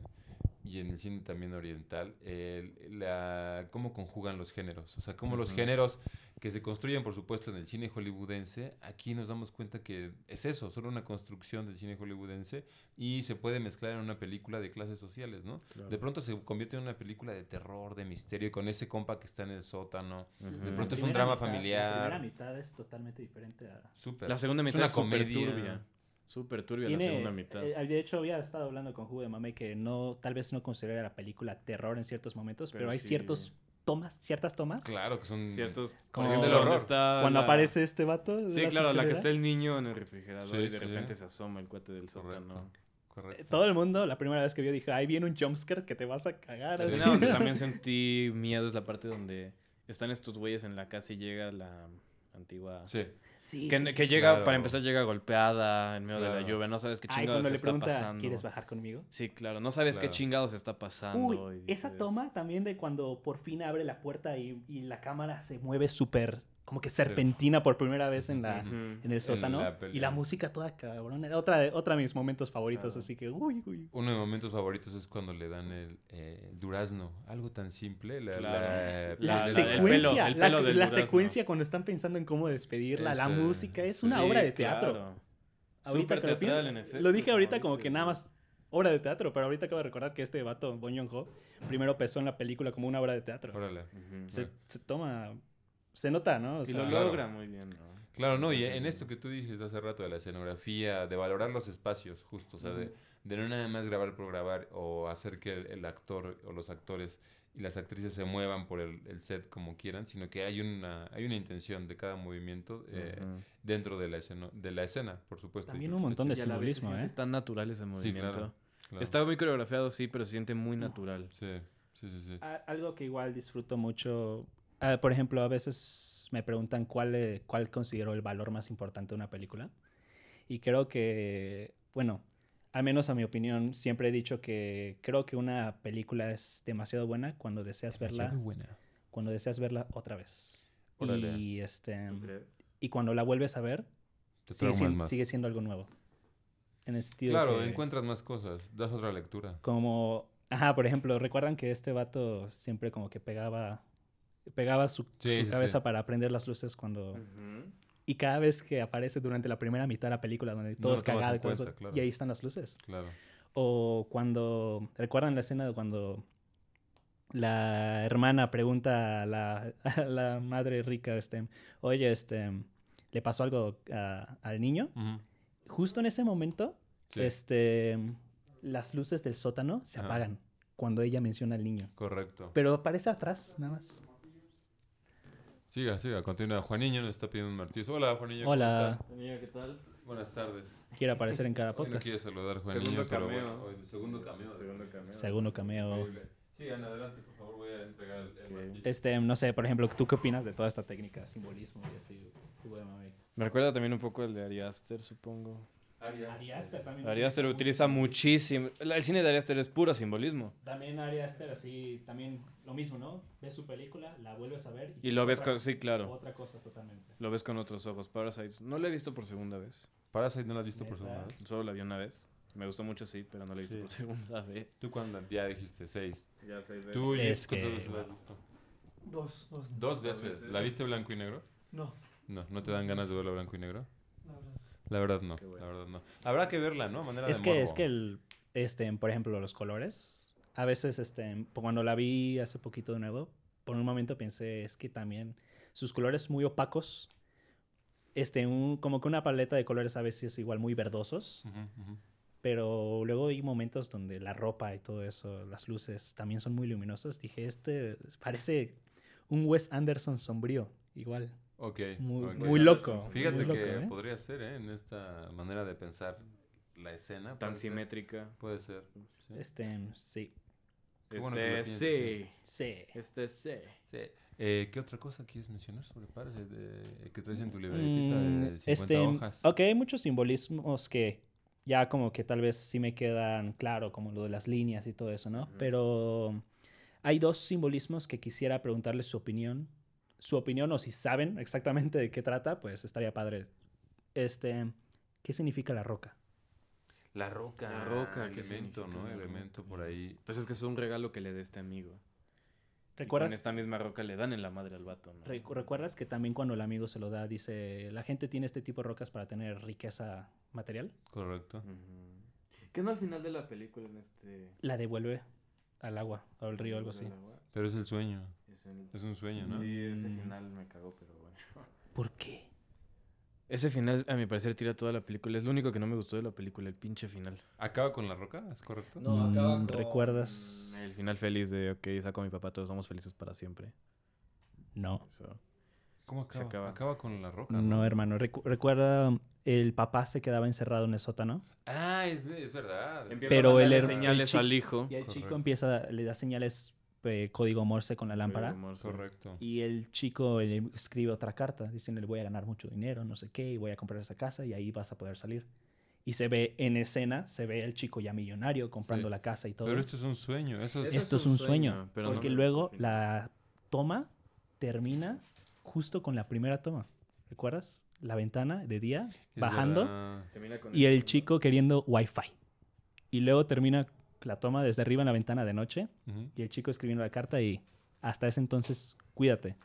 S1: y en el cine también oriental, eh, la, cómo conjugan los géneros. O sea, cómo los
S3: Ujú.
S1: géneros que se construyen, por supuesto, en el cine hollywoodense, aquí nos damos cuenta que es eso, solo una construcción del cine hollywoodense y se puede mezclar en una película de clases sociales, ¿no? De pronto se convierte en una película de terror, de misterio, con ese compa que está en el sótano.
S3: Ujú.
S1: De pronto es
S2: La
S1: un
S2: primera
S1: drama
S2: mitad- La primera
S1: familiar.
S2: mitad es totalmente diferente a...
S1: Súper.
S3: La segunda
S1: Es
S3: mitad
S1: una
S3: es súper
S1: comedia.
S3: turbia. Súper turbia
S2: Tiene-
S3: la segunda mitad.
S2: eh, de hecho, había estado hablando con Jugo de Mame que no, tal vez no considera la película terror en ciertos momentos, pero,
S3: Pero
S2: hay
S3: sí.
S2: ciertos tomas, ciertas tomas.
S1: Claro que son.
S3: Mm. Ciertos.
S2: Como
S3: por ejemplo,
S2: del
S1: horror.
S3: donde está
S2: Cuando
S3: la-
S2: aparece este vato. de
S3: Sí,
S2: las
S3: claro, la que
S2: escaleras.
S3: está el niño en el refrigerador
S1: Sí,
S3: y de
S1: sí.
S3: repente se asoma el cuate del sótano.
S1: Correcto.
S2: Eh, Todo el mundo, la primera vez que vio, dijo, ahí viene un jumpscare que te vas a cagar.
S3: La
S2: así.
S3: escena donde también sentí miedo es la parte donde están estos güeyes en la casa y llega la antigua.
S1: Sí.
S2: Sí,
S3: Que,
S2: sí, sí.
S3: que llega,
S1: Claro.
S3: para empezar, llega golpeada en medio de la
S1: Claro.
S3: lluvia. No sabes qué
S2: Ahí
S3: chingados
S2: cuando le
S3: está
S2: pregunta,
S3: pasando.
S2: ¿quieres bajar conmigo?
S3: Sí, claro. No sabes
S1: Claro.
S3: qué chingados está pasando.
S2: Uy,
S3: y
S2: esa
S3: dices,
S2: toma también de cuando por fin abre la puerta y, y la cámara se mueve súper, como que serpentina por primera vez en la...
S1: Ujú.
S3: Ujú.
S2: En el sótano.
S1: la
S2: y
S1: pelea.
S2: la música toda cabrona. Otra de, otra de mis momentos favoritos,
S3: Claro.
S2: así que... Uy, uy.
S1: Uno de mis momentos favoritos es cuando le dan el eh, durazno. Algo tan simple. La,
S3: Claro.
S1: la-
S2: La,
S1: el- el-
S2: secuencia,
S3: pelo- el
S2: la-
S3: pelo del
S2: la,
S3: durazno.
S2: secuencia cuando están pensando en cómo despedirla, la
S1: Ese-
S2: música, es una
S3: Sí,
S2: obra de teatro.
S3: claro.
S2: Ahorita
S3: Súper
S2: que lo,
S3: teatral,
S2: pienso-
S3: en efecto,
S2: lo dije ahorita como
S3: dices,
S2: que nada más obra de teatro, pero ahorita acabo de recordar que este vato, Bon Joon-ho, primero pesó en la película como una obra de teatro.
S1: Órale.
S3: Ujú.
S2: se, se toma... Se nota, ¿no? O
S3: Y
S2: sea,
S3: lo
S1: claro.
S3: logra muy bien, ¿no?
S1: Claro, no, y en esto que tú dices hace rato de la escenografía, de valorar los espacios, justo, o sea, de, de no nada más grabar por grabar o hacer que el, el actor o los actores y las actrices se muevan por el, el set como quieran, sino que hay una, hay una intención de cada movimiento eh,
S3: Ujú.
S1: dentro de la, escena, de la escena, por supuesto. y
S2: También
S1: que
S2: un
S1: está
S2: montón de
S1: chido.
S3: Y a la vez se
S2: simbolismo,
S3: siente
S2: ¿eh?
S3: tan natural ese
S1: Sí,
S3: movimiento.
S1: claro. claro.
S3: Estaba muy coreografiado, sí, pero se siente muy natural.
S1: Sí, sí, sí, sí.
S2: A- Algo que igual disfruto mucho. ah, por ejemplo, a veces me preguntan cuál, eh, cuál considero el valor más importante de una película. Y creo que, bueno, al menos a mi opinión, siempre he dicho que creo que una película es demasiado buena cuando deseas verla,
S1: Demasiado buena.
S2: cuando deseas verla otra vez.
S1: Órale.
S2: Y este
S3: ¿Tú crees?
S2: y cuando la vuelves a ver,
S1: Te
S2: sigue
S1: traumas
S2: siendo,
S1: más.
S2: sigue siendo algo nuevo. En el sentido
S1: Claro,
S2: que-
S1: encuentras más cosas, das otra lectura.
S2: como, ajá, por ejemplo, recuerdan que este vato siempre como que pegaba, pegaba su,
S1: Sí,
S2: su
S1: sí,
S2: cabeza
S1: sí. Mm.
S2: para prender las luces cuando...
S3: Ujú.
S2: Y cada vez que aparece durante la primera mitad de la película, donde todo
S1: lo
S2: es
S1: tomas
S2: cagado
S1: en
S2: y todo eso,
S1: cuenta, claro.
S2: y ahí están las luces.
S1: Claro.
S2: O cuando, ¿recuerdan la escena de cuando la hermana pregunta a la, a la madre rica, este, oye, este, ¿le pasó algo a- al niño?
S1: Ujú.
S2: Justo en ese momento
S1: Sí,
S2: este, las luces del sótano se
S1: Ajá.
S2: apagan cuando ella menciona al niño.
S1: correcto.
S2: Pero aparece atrás, nada más.
S1: Siga, siga, continúa. Juaniño nos está pidiendo un martillo. Hola, Juaniño. ¿cómo
S2: Hola,
S1: está? Buenas tardes.
S2: quiere aparecer en cada
S1: Hoy no
S2: podcast.
S1: quiere saludar Juaniño,
S3: Segundo
S1: pero
S3: cameo.
S1: bueno, hoy- segundo cameo.
S3: Segundo cameo.
S2: Segundo cameo.
S1: Increíble. Sigan adelante, por favor, voy a entregar el, el
S3: Ok.
S1: martillo.
S2: Este, no sé, por ejemplo, ¿tú qué opinas de toda esta técnica, simbolismo y así? Hugo de Mamey?
S3: Me recuerda también un poco el de Ari Aster, supongo.
S1: Ari Aster.
S3: Ari Aster utiliza muchísimo. la- El cine de Ari Aster es puro simbolismo.
S2: También Ari Aster, así, también lo mismo, ¿no? Ves su película, la vuelves a ver
S3: Y lo ves con. Sí, claro.
S2: otra cosa totalmente.
S3: Lo ves con otros ojos. Parasites. No lo he visto por segunda vez.
S1: Parasite no la has visto por
S2: Neta.
S1: segunda vez.
S3: Solo la vi una vez. Me gustó mucho, sí, pero no la he visto por segunda vez.
S1: Tú cuando ya dijiste seis.
S3: Ya seis
S1: Tú y ¿cuántas
S2: Es que-
S1: veces la has visto?
S6: Dos, dos. no.
S1: Dos veces. ¿La viste blanco y negro?
S6: No,
S1: No, ¿no te dan ganas de verla blanco y negro?
S6: la verdad.
S1: La verdad no,
S3: Qué bueno.
S1: la verdad no. Habrá que verla, ¿no? A Manera
S2: Es
S1: de
S2: que,
S1: morbo.
S2: es que el, este, por ejemplo, los colores. A veces, este, cuando la vi hace poquito de nuevo, por un momento pensé, es que también sus colores muy opacos. Este, un- como que una paleta de colores a veces igual muy verdosos.
S1: Ujú, ujú.
S2: Pero luego hay momentos donde la ropa y todo eso, las luces también son muy luminosos. Dije, este parece un Wes Anderson sombrío, igual.
S1: Ok.
S2: Muy,
S1: ok.
S2: muy loco.
S1: Fíjate
S2: muy loco,
S1: que
S2: ¿eh?
S1: podría ser, ¿eh? En esta manera de pensar la escena.
S3: Tan
S1: puede ser.
S3: simétrica.
S1: Puede ser. sí.
S2: Este, sí.
S1: Qué bueno que lo
S3: Este
S1: tienes,
S3: sí.
S2: Sí.
S3: Este sí.
S1: Sí. Eh, ¿Qué otra cosa quieres mencionar sobre Parasite de- eh, que traes en tu libretita de 50
S2: Mm, este,
S1: hojas?
S2: Ok, hay muchos simbolismos que ya como que tal vez sí me quedan claro, como lo de las líneas y todo eso, ¿no? Pero hay dos simbolismos que quisiera preguntarles su opinión. Su opinión o si saben exactamente de qué trata, pues estaría padre. Este, ¿qué significa la roca?
S1: La roca.
S3: La roca, ¿qué
S1: elemento,
S3: significa
S1: ¿no?
S3: la
S1: Elemento
S3: roca?
S1: por ahí.
S3: Pues es que es un regalo que le da este amigo. Y con
S2: ¿Recuerdas,
S3: esta misma roca le dan en la madre al vato, ¿no?
S2: recu- ¿Recuerdas que también cuando el amigo se lo da dice, la gente tiene este tipo de rocas para tener riqueza material?
S1: Correcto.
S3: Ujú. ¿Qué no al final de la película en este.
S2: La devuelve al agua, o al río, algo así.
S1: Mm.
S3: del agua?
S1: Pero es el sueño.
S3: Es el-
S1: Es un sueño, ¿no?
S3: Sí, ese
S2: Mm.
S3: final me cagó, pero bueno.
S2: ¿Por qué?
S3: Ese final, a mi parecer, tira toda la película. Es lo único que no me gustó de la película, el pinche final.
S1: ¿Acaba con la roca? ¿Es correcto?
S7: No, acaba
S2: Mm,
S7: con...
S2: ¿Recuerdas?
S3: El final feliz de, ok, saco a mi papá, todos somos felices para siempre.
S2: No.
S3: Eso.
S1: ¿Cómo
S3: Se
S1: acaba? acaba?
S3: acaba.
S1: con la roca.
S2: No, hermano. Recu- recuerda, el papá se quedaba encerrado en el sótano.
S1: Ah, es, es verdad.
S3: Empieza
S2: Pero
S3: a
S2: el
S3: darle
S2: her-
S3: señales
S2: el chi-
S3: al hijo.
S2: Y el
S1: Correcto.
S2: chico empieza, le da señales eh, código Morse con la lámpara.
S1: Es
S3: Correcto.
S1: correcto.
S2: Y el chico le escribe otra carta diciéndole voy a ganar mucho dinero, no sé qué, y voy a comprar esa casa y ahí vas a poder salir. Y se ve en escena, se ve el chico ya millonario comprando
S1: Sí.
S2: la casa y todo.
S1: Pero esto es un sueño. Eso es...
S7: Eso
S2: Esto es un sueño.
S3: sueño, pero no
S2: porque
S3: me
S2: luego
S3: gusta el
S2: la toma termina justo con la primera toma. ¿Recuerdas? La ventana de día,
S1: es
S2: bajando,
S1: verdad.
S2: y el chico queriendo wifi. Y luego termina la toma desde arriba en la ventana de noche
S1: Ujú.
S2: y el chico escribiendo la carta y hasta ese entonces cuídate.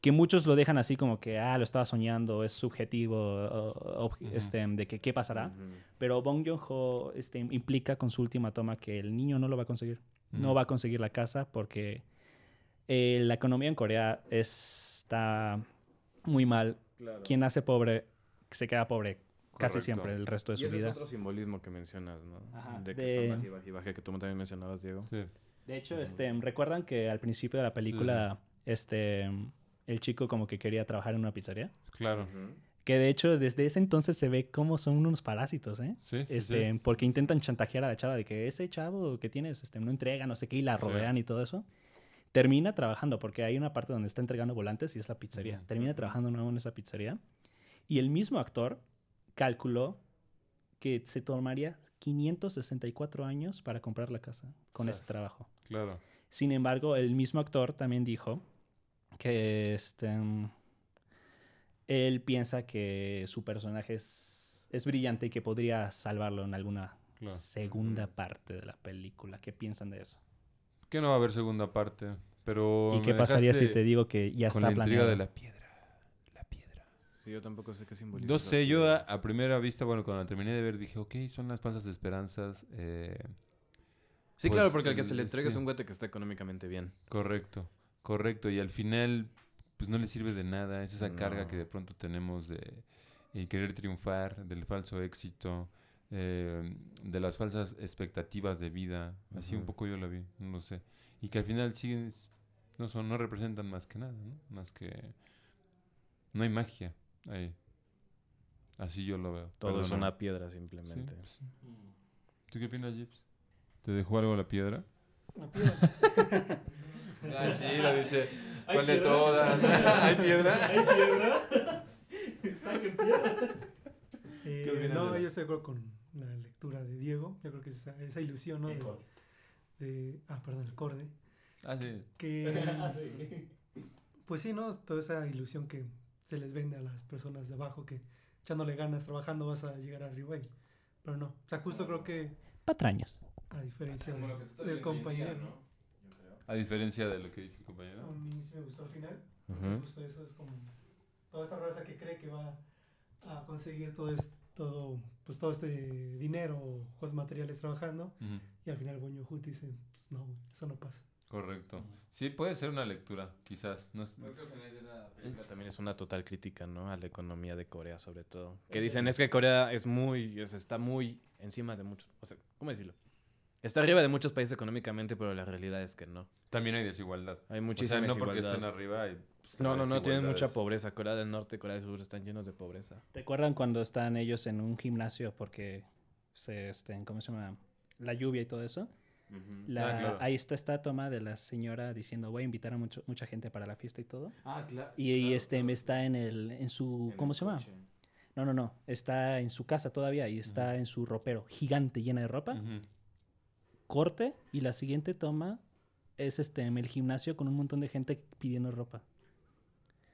S2: Que muchos lo dejan así como que, ah, lo estaba soñando, es subjetivo, o- o- obje-
S1: Ujú.
S2: este, de que qué pasará.
S3: Ujú.
S2: Pero Bong Joon-ho este, implica con su última toma que el niño no lo va a conseguir. No
S1: Ujú.
S2: va a conseguir la casa porque eh, la economía en Corea está muy mal.
S3: Claro.
S2: Quien nace pobre se queda pobre casi
S1: Correcto.
S2: siempre el resto de
S3: Y
S2: su
S3: ese es
S2: vida.
S3: otro simbolismo que mencionas, ¿no?
S2: Ajá,
S3: de que
S2: de-
S3: está baje, baje, baje, que tú también mencionabas, Diego.
S1: Sí.
S2: De hecho, este, ¿recuerdan que al principio de la película este, el chico como que quería trabajar en una pizzería?
S1: Claro.
S3: Ujú.
S2: Que de hecho desde ese entonces se ve cómo son unos parásitos, ¿eh?
S1: Sí, sí,
S2: Este,
S1: sí.
S2: Porque intentan chantajear a la chava de que ese chavo que tienes este, no entrega, no sé qué, y la
S1: Sí.
S2: rodean y todo eso. Termina trabajando, porque hay una parte donde está entregando volantes y es la pizzería.
S1: Ujú.
S2: Termina trabajando nuevo en esa pizzería. Y el mismo actor calculó que se tomaría 564 años para comprar la casa con
S1: Sas.
S2: ese trabajo.
S1: Claro.
S2: Sin embargo, el mismo actor también dijo que este, mm, él piensa que su personaje es, es brillante y que podría salvarlo en alguna
S1: Claro.
S2: segunda parte de la película. ¿Qué piensan de eso?
S1: Que no va a haber segunda parte. Pero.
S2: ¿Y qué
S1: Pues me
S2: pasaría si
S1: dejaste
S2: te digo que ya
S1: Con
S2: está
S1: la intriga
S2: planeado?
S1: de la piedra. La piedra.
S3: Sí, yo tampoco sé qué simboliza.
S1: No
S3: esa
S1: sé, yo a,
S3: piedra.
S1: a primera vista, bueno, cuando la terminé de ver, dije, ok, son las falsas esperanzas. eh,
S3: Sí,
S1: pues,
S3: claro, porque al que se le
S1: el-
S3: entrega es
S1: sí.
S3: un guate que está económicamente bien.
S1: Correcto, correcto. Y al final, pues no le sirve de nada. Es esa carga que
S3: No.
S1: de pronto tenemos de el querer triunfar, del falso éxito, eh, de las falsas expectativas de vida. Así un
S3: Ujú.
S1: poco yo la vi, no lo sé. Y que al final siguen, s- no son, no representan más que nada, ¿no? Más que... No hay magia ahí. Así yo lo veo.
S3: Todo es
S1: perdóname.
S3: una piedra
S1: Sí,
S3: simplemente.
S1: pues sí. ¿Tú qué opinas, Jeeps? ¿Te dejó algo la piedra?
S6: La piedra.
S1: Ah, sí, lo dice. ¿Cuál de todas? ¿Hay piedra?
S6: Eh,
S1: ¿Qué opinas de
S6: no,
S1: la-
S6: yo estoy de acuerdo con la lectura de Diego. Yo creo que es esa, esa ilusión, ¿no? De, de- ah, perdón, el corde.
S1: Ah, sí. Ah,
S6: Que, pues sí, ¿no? Toda esa ilusión que se les vende a las personas de abajo que echándole ganas, trabajando vas a llegar arriba. y- pero no. O sea,
S1: Ah,
S6: justo creo que
S2: Patrañas.
S6: a diferencia de- del compañero.
S1: A diferencia de lo que dice el
S6: A
S1: compañero.
S6: mí sí me gustó el final.
S3: Ujú.
S6: Justo eso es como toda esta raza que cree que va a conseguir todo es- todo pues todo este dinero o cosas materiales trabajando
S1: Ujú,
S6: y al final Boño Hut dice pues no güey, eso no pasa
S1: Correcto. Sí, puede ser una lectura, quizás. No es-
S3: También es una total crítica, ¿no? A la economía de Corea, sobre todo. Que dicen, es que Corea es muy, es- está muy encima de muchos. O sea, ¿cómo decirlo? Está arriba de muchos países económicamente, pero la realidad es que no.
S1: También hay desigualdad.
S3: Hay
S1: O sea,
S3: muchísima
S1: no porque
S3: desigualdad.
S1: estén arriba. y, pues,
S3: No,
S1: la
S3: no, no, tienen
S1: desigualdad
S3: mucha
S1: es-
S3: pobreza. Corea del Norte y Corea del Sur están llenos de pobreza.
S2: ¿Recuerdan cuando están ellos en un gimnasio porque se, este, ¿cómo se llama? La lluvia y todo eso. La-
S1: Ah, claro.
S2: Ahí está esta toma de la señora diciendo voy a invitar a mucho- mucha gente para la fiesta y todo.
S3: Ah, claro.
S2: Y, y, este está en el en su ¿cómo se llama? No, no, no, está en su casa todavía y está en su ropero gigante llena de ropa.
S1: Ujú.
S2: Corte y la siguiente toma es este en el gimnasio con un montón de gente pidiendo ropa.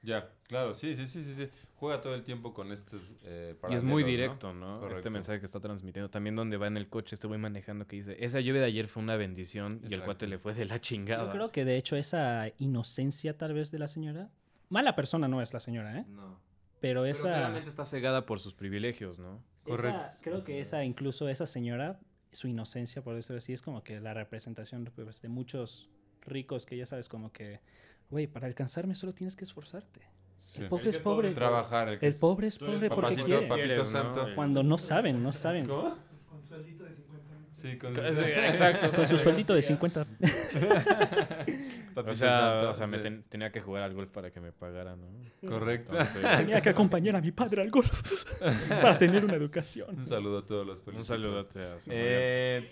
S1: Ya, claro, sí, sí, sí, sí, sí. Juega todo el tiempo con estos eh,
S3: Y es muy
S1: paralelos, ¿no?
S3: directo, ¿no?
S1: Correcto.
S3: Este mensaje que está transmitiendo. También donde va en el coche, este güey manejando que dice, esa lluvia de ayer fue una bendición y el
S1: Exacto.
S3: cuate le fue de la chingada.
S2: Yo creo que de hecho esa inocencia tal vez de la señora, mala persona no es la señora, ¿eh?
S3: No.
S2: Pero
S7: Pues
S2: esa
S3: Pero claramente está cegada por sus privilegios, ¿no?
S2: Esa,
S1: Correcto.
S2: creo que esa, incluso esa señora, su inocencia, por decirlo así, es como que la representación pues, de muchos ricos que ya sabes, como que, güey, para alcanzarme solo tienes que esforzarte.
S1: Sí.
S7: El pobre es pobre.
S1: Trabajar. El, que
S7: El
S1: es-
S7: pobre es
S3: Tú eres
S7: pobre porque
S1: Papacito,
S7: quiere.
S1: papito
S3: Quieres, ¿no?
S1: santo.
S3: El-
S7: Cuando no saben, no saben.
S1: ¿Cómo?
S6: Con sueldito de 50 mil.
S1: Sí, con
S3: Sí, exacto.
S7: Con su sueldito de 50.
S1: Papito
S3: O sea,
S1: santo,
S3: o sea me
S1: sí.
S3: ten- tenía que jugar al golf para que me pagaran, ¿no?
S1: Correcto.
S3: Entonces,
S7: Tenía que acompañar a mi padre al golf para tener una educación.
S1: Un saludo a todos los
S3: un
S1: políticos.
S3: saludote a
S1: Eh,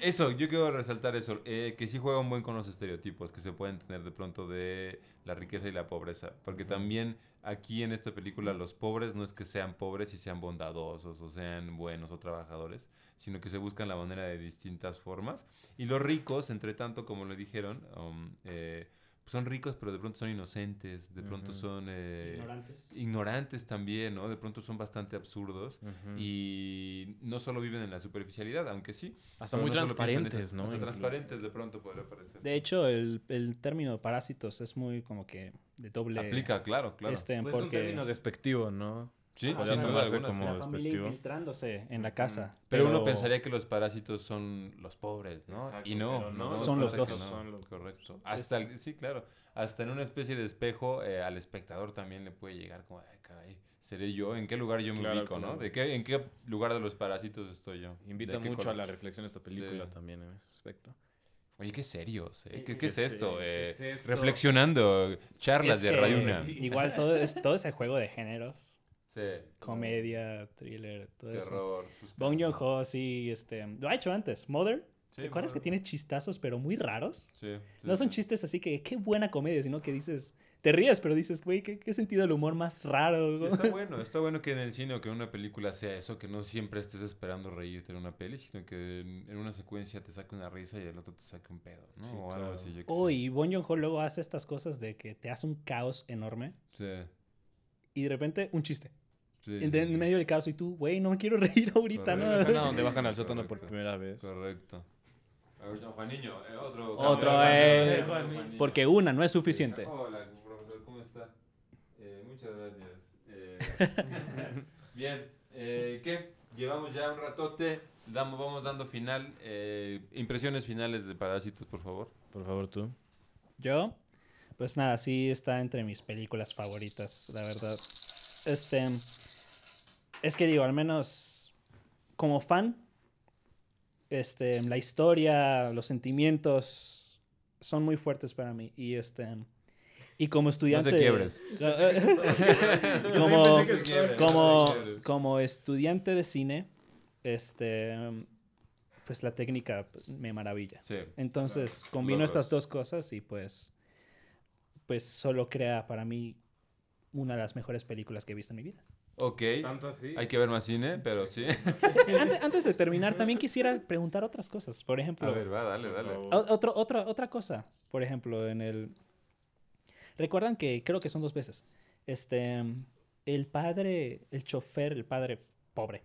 S1: eso, yo quiero resaltar eso, eh, que sí juegan buen con los estereotipos que se pueden tener de pronto de la riqueza y la pobreza, porque también aquí en esta película los pobres no es que sean pobres y sean bondadosos o sean buenos o trabajadores, sino que se buscan la manera de distintas formas. Y los ricos, entre tanto, como le dijeron, um, eh, son ricos pero de pronto son inocentes, de pronto
S3: Ujú.
S1: son eh,
S2: Ignorantes.
S1: ignorantes también, ¿no? De pronto son bastante absurdos.
S3: y
S1: Y no solo viven en la superficialidad, aunque sí.
S3: hasta
S1: pero
S3: muy
S1: no solo piensan en eso,
S3: transparentes, ¿no?
S1: hasta
S3: Incluso.
S1: transparentes de pronto podría parecer.
S2: De hecho, el, el término parásitos es muy como que de doble.
S1: Aplica, claro, claro.
S2: Este,
S3: Pues es un
S2: porque
S3: término despectivo, ¿no?
S1: sí,
S3: podría
S1: sin duda
S3: tomarse
S1: alguna.
S3: como
S1: sí.
S2: la familia
S3: despectivo.
S2: infiltrándose en la casa.
S1: Pero, uno pensaría que los parásitos son los pobres, ¿no?
S3: Exacto,
S1: y no,
S3: pero no,
S1: no,
S2: son los
S1: correcto,
S2: dos.
S1: no,
S3: Son los
S1: correcto. Hasta, el- sí, claro. Hasta en una especie de espejo, eh, al espectador también le puede llegar como, ay, caray, ¿seré yo? ¿En qué lugar yo me
S3: Claro,
S1: ubico,
S3: claro.
S1: no? ¿De qué, ¿En qué lugar de los parásitos estoy yo?
S3: Invita
S1: ¿De qué
S3: mucho a
S1: color?
S3: la reflexión esta película
S1: Sí.
S3: también en ese aspecto.
S1: Oye, qué serios, ¿eh? ¿Qué,
S3: Eh,
S1: qué es
S3: sí,
S1: esto?
S3: ¿qué
S1: Eh,
S3: es esto?
S1: Reflexionando, charlas
S2: Es
S1: de
S2: que
S1: Radio UNAM.
S2: Igual todo, es, todo ese juego de géneros.
S1: Sí.
S2: Comedia, thriller, todo eso.
S1: Terror.
S2: Pues Bong Joon-ho, sí, este, lo ha hecho antes. Mother, ¿recuerdas que tiene chistazos pero muy raros? No son chistes así que qué buena comedia, sino que dices, te ríes, pero dices, güey, qué, qué sentido del humor más raro. güey".
S1: Está bueno, está bueno que en el cine o que en una película sea eso, que no siempre estés esperando reírte en una peli, sino que en, en una secuencia te saque una risa y el otro te saque un pedo, ¿no?
S3: Sí,
S1: o algo
S3: claro.
S1: así. Yo que
S2: Oh, y Bong Joon-ho luego hace estas cosas de que te hace un caos enorme
S1: sé.
S2: y de repente un chiste.
S1: Sí, sí,
S2: en, de-
S1: sí,
S2: en
S1: sí.
S2: medio del caos y tú, güey, no me quiero reír ahorita,
S1: Correcto.
S2: ¿no?
S1: Sí,
S3: Escena donde bajan al sótano por
S1: Correcto.
S3: primera vez.
S1: Correcto. A ver, don Juaniño, eh, otro.
S2: Otro,
S1: cambio,
S2: eh,
S1: don Juaniño.
S2: Porque una no es suficiente.
S1: Hola, profesor, ¿cómo está? Eh, muchas gracias. Eh, bien, eh, ¿qué? Llevamos ya un ratote, damos, vamos dando final. eh, impresiones finales de Parásitos, por favor.
S3: Por favor, tú.
S2: Yo, pues nada, sí está entre mis películas favoritas, la verdad. Este. Es que digo, al menos como fan, este, la historia, los sentimientos son muy fuertes para mí. Y este. Y como estudiante.
S1: quiebres.
S2: como,
S1: Pensé que te quiebres.
S2: como,
S1: No te quiebres.
S2: como estudiante de cine, este. Pues la técnica me maravilla.
S1: Sí.
S2: Entonces,
S1: Claro,
S2: combino
S1: logros.
S2: estas dos cosas y pues pues solo crea para mí una de las mejores películas que he visto en mi vida.
S1: Ok,
S3: así.
S1: hay que ver más cine, pero sí.
S2: Ante- antes de terminar, también quisiera preguntar otras cosas. Por
S1: A
S2: ejemplo,
S1: ver, va, dale, dale.
S2: o- otro, otra, otra cosa. Por ejemplo, en el... Recuerdan que creo que son dos veces. Este, el padre, el chofer, el padre pobre,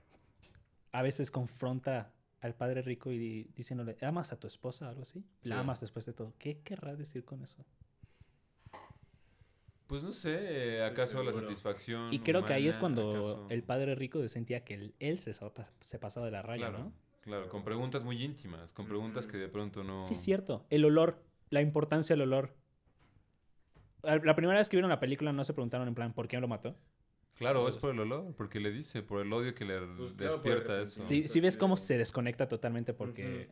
S2: a veces confronta al padre rico y di- diciéndole, ¿amas a tu esposa o algo así? La
S1: Sí.
S2: amas después de todo. ¿Qué querrá decir con eso?
S1: Pues no sé, eh, ¿acaso la satisfacción?
S2: Y creo que ahí es
S1: humana,
S2: cuando
S1: acaso-
S2: el padre rico sentía que el- él se, sa- se pasaba de la raya,
S1: Claro,
S2: ¿no?
S1: claro, con preguntas muy íntimas, con preguntas que de pronto no.
S2: Sí, cierto. El olor, la importancia del olor. Al- La primera vez que vieron la película no se preguntaron en plan, ¿por qué lo mató?
S1: Claro, es por el olor, porque le dice, por el odio que le
S3: Pues,
S1: despierta eso.
S2: Si ves cómo se desconecta totalmente porque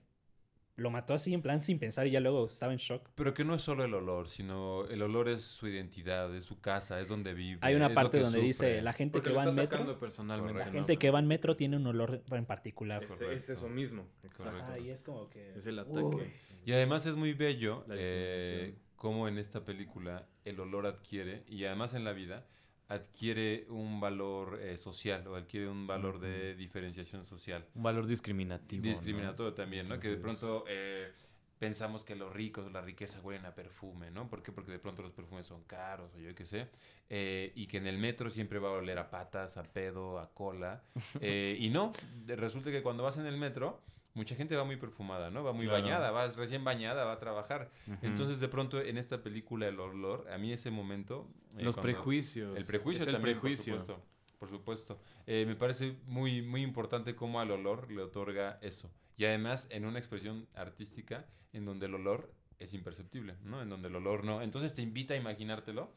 S2: lo mató así en plan sin pensar y ya luego estaba en shock.
S1: Pero que no es solo el olor, sino el olor es su identidad, es su casa, es donde vive.
S2: Hay una
S1: es lo
S2: parte
S1: que
S2: donde dice,
S1: sufre.
S2: la gente
S3: Porque
S2: que
S3: lo
S2: va en
S3: está
S2: metro,
S3: atacando personalmente.
S1: Correcto.
S2: la
S3: ¿no?
S2: gente que va en metro tiene un olor en particular.
S1: Correcto.
S3: Es, es eso mismo.
S1: Correcto.
S2: Ah, y es como que...
S3: Es el ataque.
S2: Uy.
S1: Y además es muy bello
S3: La
S1: eh,
S3: discriminación.
S1: cómo en esta película el olor adquiere, y además en la vida, adquiere un valor eh, social o adquiere un valor de diferenciación social.
S3: Un valor discriminativo. ¿no?
S1: Discriminatorio también, ¿no? Que de
S3: Entonces-
S1: pronto eh, pensamos que los ricos, la riqueza huelen a perfume, ¿no? ¿Por qué? Porque de pronto los perfumes son caros o yo qué sé. eh, y que en el metro siempre va a oler a patas, a pedo, a cola. eh, y no, de- resulta que cuando vas en el metro, mucha gente va muy perfumada, ¿no? Va muy
S3: Claro.
S1: bañada, va recién bañada, va a trabajar.
S3: Ujú.
S1: Entonces de pronto en esta película el olor, a mí ese momento... eh,
S3: los
S1: cuando-
S3: prejuicios.
S1: el prejuicio
S3: es el
S1: también,
S3: prejuicio.
S1: por supuesto. Por supuesto. Eh, me parece muy, muy importante cómo al olor le otorga eso. Y además en una expresión artística en donde el olor es imperceptible, ¿no? En donde el olor no. Entonces te invita a imaginártelo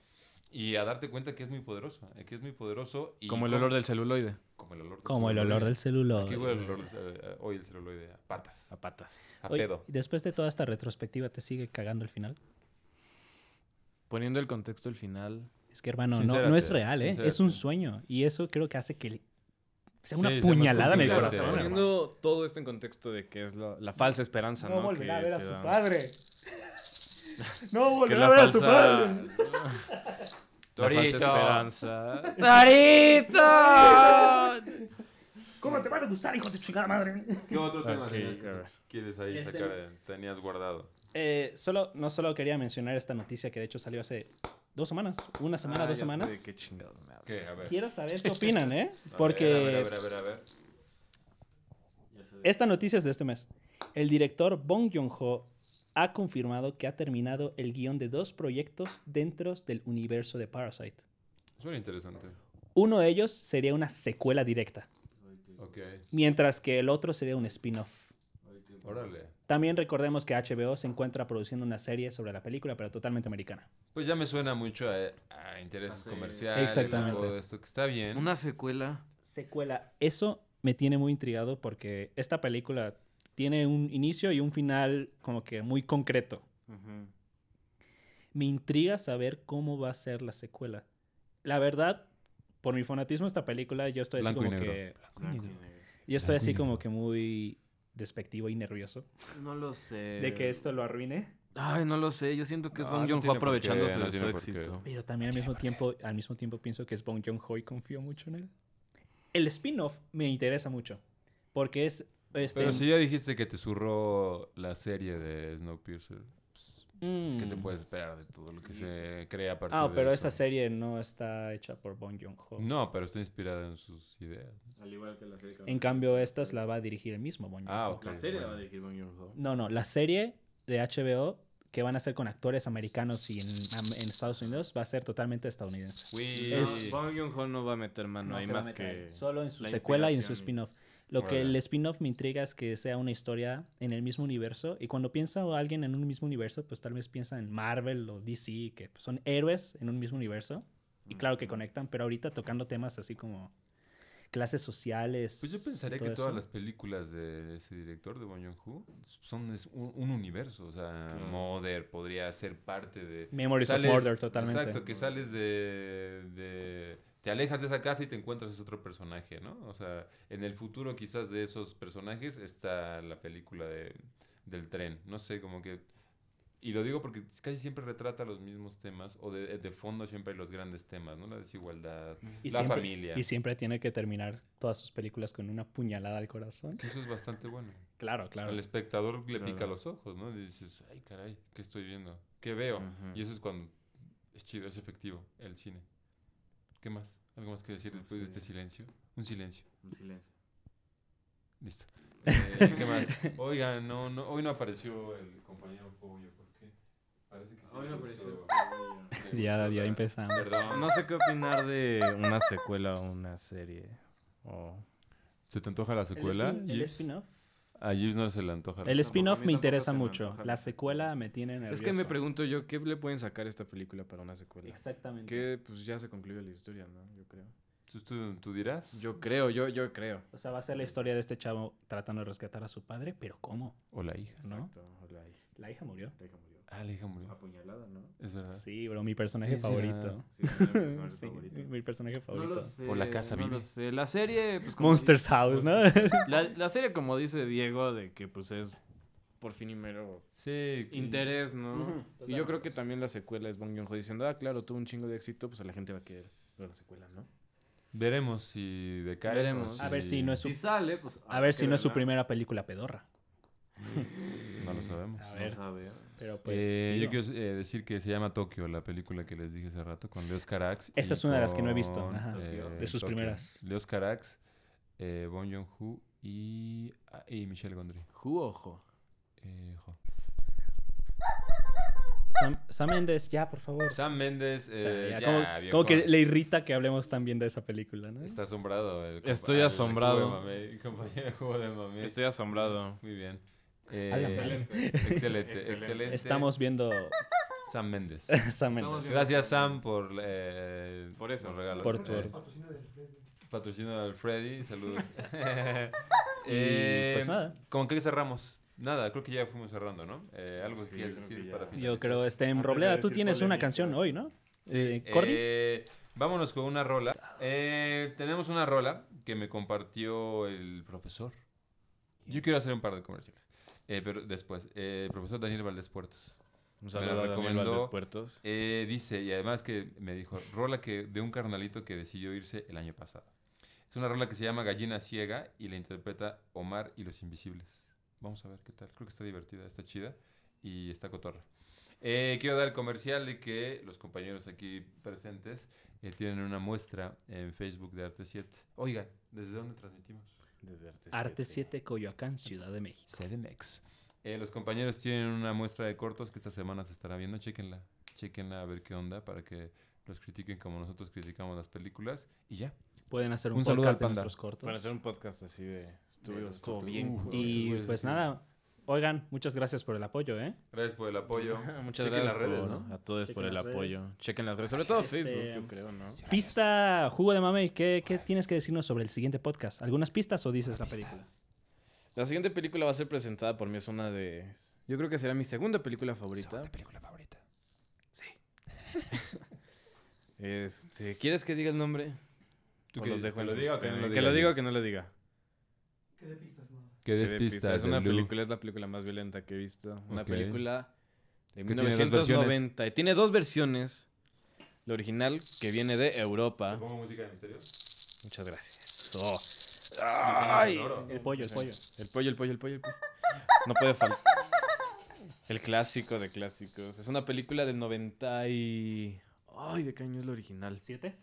S1: Y a darte cuenta que es muy poderoso. eh, Que es muy poderoso. Y
S3: Como el olor del celuloide.
S1: Como el olor del
S2: Como el
S1: celuloide.
S2: olor del celular.
S1: Aquí huele el olor del ce- eh, hoy el celuloide a patas,
S3: A patas.
S1: a pedo.
S2: Después de toda esta retrospectiva, ¿te sigue cagando el final?
S3: Poniendo el contexto al final.
S2: Es que, hermano, no,
S1: Sincérate,
S2: no es real, ¿eh? Es
S1: sincérate.
S2: un sueño. Y eso creo que hace que le- sea una
S1: Sí, sea más
S2: puñalada en el
S1: posible,
S2: corazón,
S1: porque
S2: hermano.
S3: Poniendo todo esto en contexto de que es la, la falsa esperanza, ¿no?
S7: No volverá a
S3: Que
S7: ver a
S3: te
S7: su
S3: da-
S7: padre. No
S3: que
S7: volverá
S3: es la
S7: a ver a su
S3: falsa-
S7: padre.
S3: La falsa
S1: Torito.
S3: esperanza.
S7: ¿Cómo te van a gustar, hijo de chingada madre?
S1: ¿Qué otro tema
S3: Ok,
S1: tenías
S3: a ver.
S1: que- quieres ahí
S2: Este-
S1: sacar? eh, Tenías guardado.
S2: Eh, solo, no solo quería mencionar esta noticia que de hecho salió hace dos semanas. Una semana,
S3: Ah, ya
S2: dos
S3: sé
S2: semanas.
S3: de qué chingados me hablas.
S1: ¿Qué? A ver.
S2: Quiero saber qué opinan, ¿eh?
S1: A ver,
S2: Porque
S1: A ver, a ver, a ver, a ver.
S2: esta noticia es de este mes. El director Bong Joon-ho ha confirmado que ha terminado el guión de dos proyectos dentro del universo de Parasite.
S1: Suena interesante.
S2: Uno de ellos sería una secuela directa,
S1: Ok.
S2: mientras que el otro sería un spin-off.
S1: Órale.
S2: También recordemos que HBO se encuentra produciendo una serie sobre la película, pero totalmente americana.
S1: Pues ya me suena mucho a, a intereses
S3: Así es.
S1: comerciales.
S2: Exactamente.
S1: Todo esto que está bien.
S3: Una secuela.
S2: Secuela. Eso me tiene muy intrigado porque esta película tiene un inicio y un final como que muy concreto. me intriga saber cómo va a ser la secuela. La verdad, por mi fanatismo a esta película, yo estoy así
S1: Blanco y
S2: como
S1: negro.
S2: que yo
S1: Blanco
S2: estoy
S1: y
S2: así como
S1: negro.
S2: que muy despectivo y nervioso
S3: No lo sé.
S2: de que esto lo arruine,
S3: Ay, no lo sé. Yo siento que es
S1: No, no
S3: Bong Joon-ho
S1: tiene por qué,
S3: aprovechándose
S1: no
S3: de su
S1: tiene por qué.
S3: éxito.
S2: pero también al mismo tiempo al mismo tiempo pienso que es Bong Joon-ho y confío mucho en él. El spin-off me interesa mucho porque es este
S1: Pero si ya dijiste que te zurró la serie de Snowpiercer, pues,
S2: mm,
S1: ¿qué te puedes esperar de todo lo que se crea a partir
S2: Ah,
S1: de
S2: pero
S1: eso?
S2: esta serie no está hecha por Bong Joon-ho.
S1: No, pero está inspirada en sus ideas.
S3: Al igual que la serie.
S2: En cambio, estas la va a dirigir el mismo Bong
S1: Ah,
S2: Joon-ho.
S1: ok.
S3: dirigir Bong Joon-ho.
S2: No, no, la serie de HBO que van a hacer con actores americanos y en, am- en Estados Unidos va a ser totalmente estadounidense.
S1: Uy,
S2: Es-
S3: Bong Joon-ho no va a meter mano. ahí más que...
S2: Solo en su
S3: la
S2: secuela y en su
S3: inspiración
S2: spin-off. Lo que el
S1: Órale.
S2: spin-off me intriga es que sea una historia en el mismo universo. Y cuando piensa a alguien en un mismo universo, pues tal vez piensa en Marvel o DC, que pues, son héroes en un mismo universo. Y claro que conectan, pero ahorita tocando temas así como clases sociales.
S1: Pues yo
S2: y
S1: pensaría que
S2: todo
S1: todas
S2: eso.
S1: las películas de ese director, de Bong Joon-ho, son es un, un universo. O sea, Mother podría ser parte de...
S2: Memories
S1: sales-
S2: of Murder, totalmente.
S1: Exacto, que sales de, de- Te alejas de esa casa y te encuentras ese otro personaje, ¿no? O sea, en el futuro quizás de esos personajes está la película de, del tren. No sé, como que... Y lo digo porque casi siempre retrata los mismos temas o de, de fondo siempre hay los grandes temas, ¿no? La desigualdad,
S2: Y
S1: la
S2: siempre-
S1: familia.
S2: Y siempre tiene que terminar todas sus películas con una puñalada al corazón.
S1: Que eso es bastante bueno.
S2: Claro, claro.
S1: Al espectador le pica
S3: Claro.
S1: los ojos, ¿no? Y dices, ay, caray, ¿qué estoy viendo? ¿Qué veo?
S3: Ujú.
S1: Y eso es cuando es chido, es efectivo el cine. ¿Qué más? ¿Algo más que decir después de este silencio? Un silencio.
S3: Un silencio.
S1: Listo. Eh, ¿Qué más? Oigan, no, no, hoy no apareció el compañero Pollo, ¿por qué? Parece que sí
S3: Hoy
S1: le
S3: no
S1: gustó- le
S2: Ya,
S1: gustó
S2: ya
S1: la-
S2: empezamos.
S1: Perdón,
S3: No sé qué opinar de una secuela o una serie. O...
S1: ¿Se te antoja la secuela?
S2: ¿El
S1: Gibbs?
S2: spin-off?
S1: A Gibbs no se le antoja. la
S2: El
S1: secuela.
S2: spin-off
S3: a mí
S2: me
S3: tampoco se
S2: interesa
S3: me
S2: mucho.
S3: antoja
S2: La
S3: la
S2: secuela me tiene nervioso.
S3: Es que me pregunto yo, ¿qué le pueden sacar a esta película para una secuela?
S2: Exactamente.
S3: Que pues ya se concluyó la historia, ¿no? Yo creo.
S1: ¿Tú, tú, tú dirás?
S3: Yo creo, yo, yo creo.
S2: O sea, va a ser la historia de este chavo tratando de rescatar a su padre, pero ¿cómo?
S1: ¿O la hija?
S2: ¿No?
S3: Exacto. La hija,
S2: La hija murió.
S3: la hija murió.
S1: Ah, la hija murió.
S3: Apuñalada, ¿no?
S1: Es verdad.
S2: Sí, bro, mi personaje
S1: Es
S2: favorito.
S1: verdad.
S3: Sí,
S2: Sí,
S3: es mi personaje favorito.
S2: mi personaje
S3: No
S2: favorito.
S3: lo sé.
S1: O la casa
S3: no
S1: vive.
S3: lo sé. La serie, pues como
S2: Monsters House, ¿no?
S3: La, la serie, como dice Diego, de que pues es por fin y mero
S1: Sí.
S3: interés, ¿no?
S2: Ujú,
S3: y yo
S2: totalmente.
S3: creo que también la secuela es Bong Joon-ho diciendo, ah, claro, tuvo un chingo de éxito, pues a la gente va a querer ver la secuela, ¿no?
S1: Veremos si decae. pues, o
S3: Veremos.
S2: A ver si no es su,
S3: sale, pues...
S2: a ver si no es su primera película pedorra.
S1: No lo sabemos.
S2: A ver,
S3: sabe.
S2: pero pues.
S1: Eh, yo
S2: digo,
S1: quiero eh, decir que se llama Tokio, la película que les dije hace rato, con Leos Carax. y
S2: Esa es una de las que no he visto,
S1: con, eh,
S2: ajá, de sus primeras.
S1: Leos Carax, eh, Bon Joon-ho y, ah, y Michelle Gondry.
S3: Juojo.
S1: Eh, jo.
S2: Sam, Sam Mendes, ya, por favor.
S1: Sam Méndez, eh,
S2: O sea, ya,
S1: ya,
S2: como,
S1: viejón.
S2: como que le irrita que hablemos también de esa película, ¿no?
S1: Está asombrado. el compa-
S3: Estoy
S1: el
S3: asombrado.
S1: jugo de mamey, compañero jugo de mamey.
S3: Estoy asombrado.
S1: Muy bien.
S2: A la
S1: Eh,
S2: madre.
S1: excelente, excelente.
S2: Estamos viendo
S1: Sam Méndez.
S2: Sam
S3: Estamos
S2: Mendes.
S3: bien.
S1: Gracias, Sam, por, eh,
S3: Por eso.
S1: los regalos.
S2: Por tu-
S1: Eh,
S6: Patrocinio del Fred.
S1: patrocinio al Freddy. Saludos. Eh,
S2: Y, pues, nada.
S1: ¿Con qué cerramos? Nada, creo que ya fuimos cerrando, ¿no? Eh, algo que
S3: Sí,
S1: quieras
S3: creo que
S1: decir
S3: ya.
S1: para
S3: Yo
S1: finalizar.
S2: Yo creo, este, en
S7: Antes de
S2: Robleda, tú
S7: decir
S2: tienes una
S7: polémicas.
S2: canción hoy, ¿no? Eh, Cordy.
S1: Eh, vámonos con una rola. Eh, tenemos una rola que me compartió el profesor. Yo quiero hacer un par de comerciales. Eh, pero después, Eh, el profesor Daniel Valdés Puertos. Me
S3: Un
S1: la
S3: saludo a Daniel
S1: recomendó.
S3: Valdés Puertos.
S1: Eh, dice, y además que me dijo, rola que de un carnalito que decidió irse el año pasado. Es una rola que se llama Gallina Ciega y la interpreta Omar y los Invisibles. Vamos a ver qué tal. Creo que está divertida, está chida y está cotorra. Eh, quiero dar el comercial de que los compañeros aquí presentes eh, tienen una muestra en Facebook de Arte 7. Oigan, ¿desde dónde transmitimos?
S3: Desde Arte
S2: Arte 7, Coyoacán, Ciudad de México.
S1: CDMX. Eh, los compañeros tienen una muestra de cortos que esta semana se estará viendo. Chequenla. Chequenla a ver qué onda para que los critiquen como nosotros criticamos las películas. Y ya.
S2: Pueden hacer un,
S1: Un saludo
S2: podcast
S1: al
S2: de
S1: panda.
S2: nuestros cortos.
S3: Para hacer un podcast así de. Estuvo,
S1: De los
S3: estuvo
S1: cortos.
S3: bien.
S1: Uh,
S3: güey.
S1: esos
S2: Y
S1: güeyes
S2: pues
S1: están-
S2: nada, oigan, muchas gracias por el apoyo, ¿eh?
S1: Gracias por el apoyo.
S3: Muchas
S1: Chequen
S3: gracias
S1: las redes,
S3: por-
S1: ¿no?
S3: a todos
S2: Chequen
S3: por el
S2: las
S3: apoyo.
S2: redes.
S3: Chequen las redes, sobre todo
S2: Este,
S3: Facebook, yo creo, ¿no?
S2: Pista, jugo de mame, ¿qué, qué tienes que decirnos sobre el siguiente podcast? ¿Algunas pistas o dices la película?
S3: La siguiente película va a ser presentada por mí, es una de... Yo creo que será mi segunda película favorita.
S1: película favorita.
S3: Este, ¿Quieres que diga el nombre?
S1: ¿Tú
S3: O
S1: que,
S3: los dejo
S1: que
S3: en
S1: lo diga o que no
S3: suspenso.
S1: lo
S3: Eh, Que lo diga o
S1: diga?
S3: que no lo diga.
S6: Que de pistas, no.
S1: Que
S3: Que
S1: des
S3: de
S1: pistas,
S3: pista, Es una
S1: Lu.
S3: película, es la película más violenta que he visto. Una
S1: Ok.
S3: película de
S1: Que tiene dos versiones.
S3: 1990. Y tiene dos versiones. La original que viene de
S1: ¿Te
S3: Europa.
S1: pongo música de misterios?
S3: Muchas gracias. Oh. Ay.
S2: El pollo, el pollo.
S3: El pollo, el pollo, el pollo, el pollo. No puede faltar. El clásico de clásicos. Es una película del 90 y... Ay, ¿de qué año es la original?
S2: ¿Siete?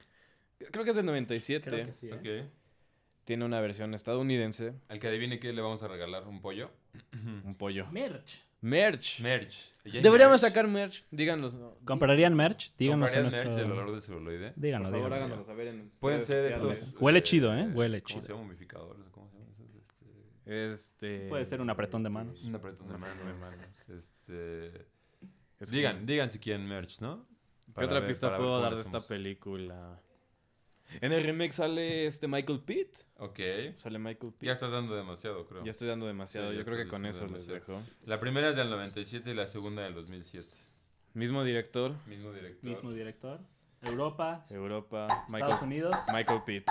S3: Creo que es del 97.
S2: Creo que sí, ¿eh?
S1: Ok.
S3: Tiene una versión estadounidense.
S1: Al que adivine que le vamos a regalar un pollo.
S3: Un pollo.
S2: Merch.
S3: Merch.
S1: Merch. Ya hay
S3: Deberíamos
S1: merch.
S3: sacar merch. Díganos. ¿no?
S2: ¿Comprarían merch? Díganos en
S1: Comprarían
S2: nuestro...
S1: merch del olor del celuloide.
S2: Díganlo,
S3: Por favor,
S2: díganlo.
S3: háganos saber en
S1: Pueden
S3: redes
S1: ser
S3: sociales.
S1: estos. este,
S2: Huele chido, ¿eh? Huele
S1: ¿cómo se
S2: chido.
S1: llaman humidificadores? ¿Cómo se llaman esos? Este,
S3: Este...
S2: Puede ser un apretón de manos.
S1: Un apretón de
S3: Un apretón
S1: manos.
S3: de
S1: Este,
S3: Es
S1: digan,
S3: un-
S1: digan si quieren merch, ¿no?
S3: ¿Qué otra pista puedo dar de
S1: esta
S3: esta película? En el remake sale este Michael Pitt.
S1: Ok.
S3: Sale Michael Pitt.
S1: Ya estás dando demasiado, creo.
S3: Ya estoy dando demasiado.
S1: Sí, ya
S3: Yo creo
S1: estás
S3: que con eso
S1: diciendo
S3: les
S1: demasiado.
S3: dejo.
S1: La primera es del 97 y la segunda del 2007.
S3: Mismo director.
S1: Mismo director.
S2: Mismo director. Europa,
S1: Eh,
S3: Europa.
S2: Estados
S3: Michael,
S2: Unidos.
S3: Michael Pitt.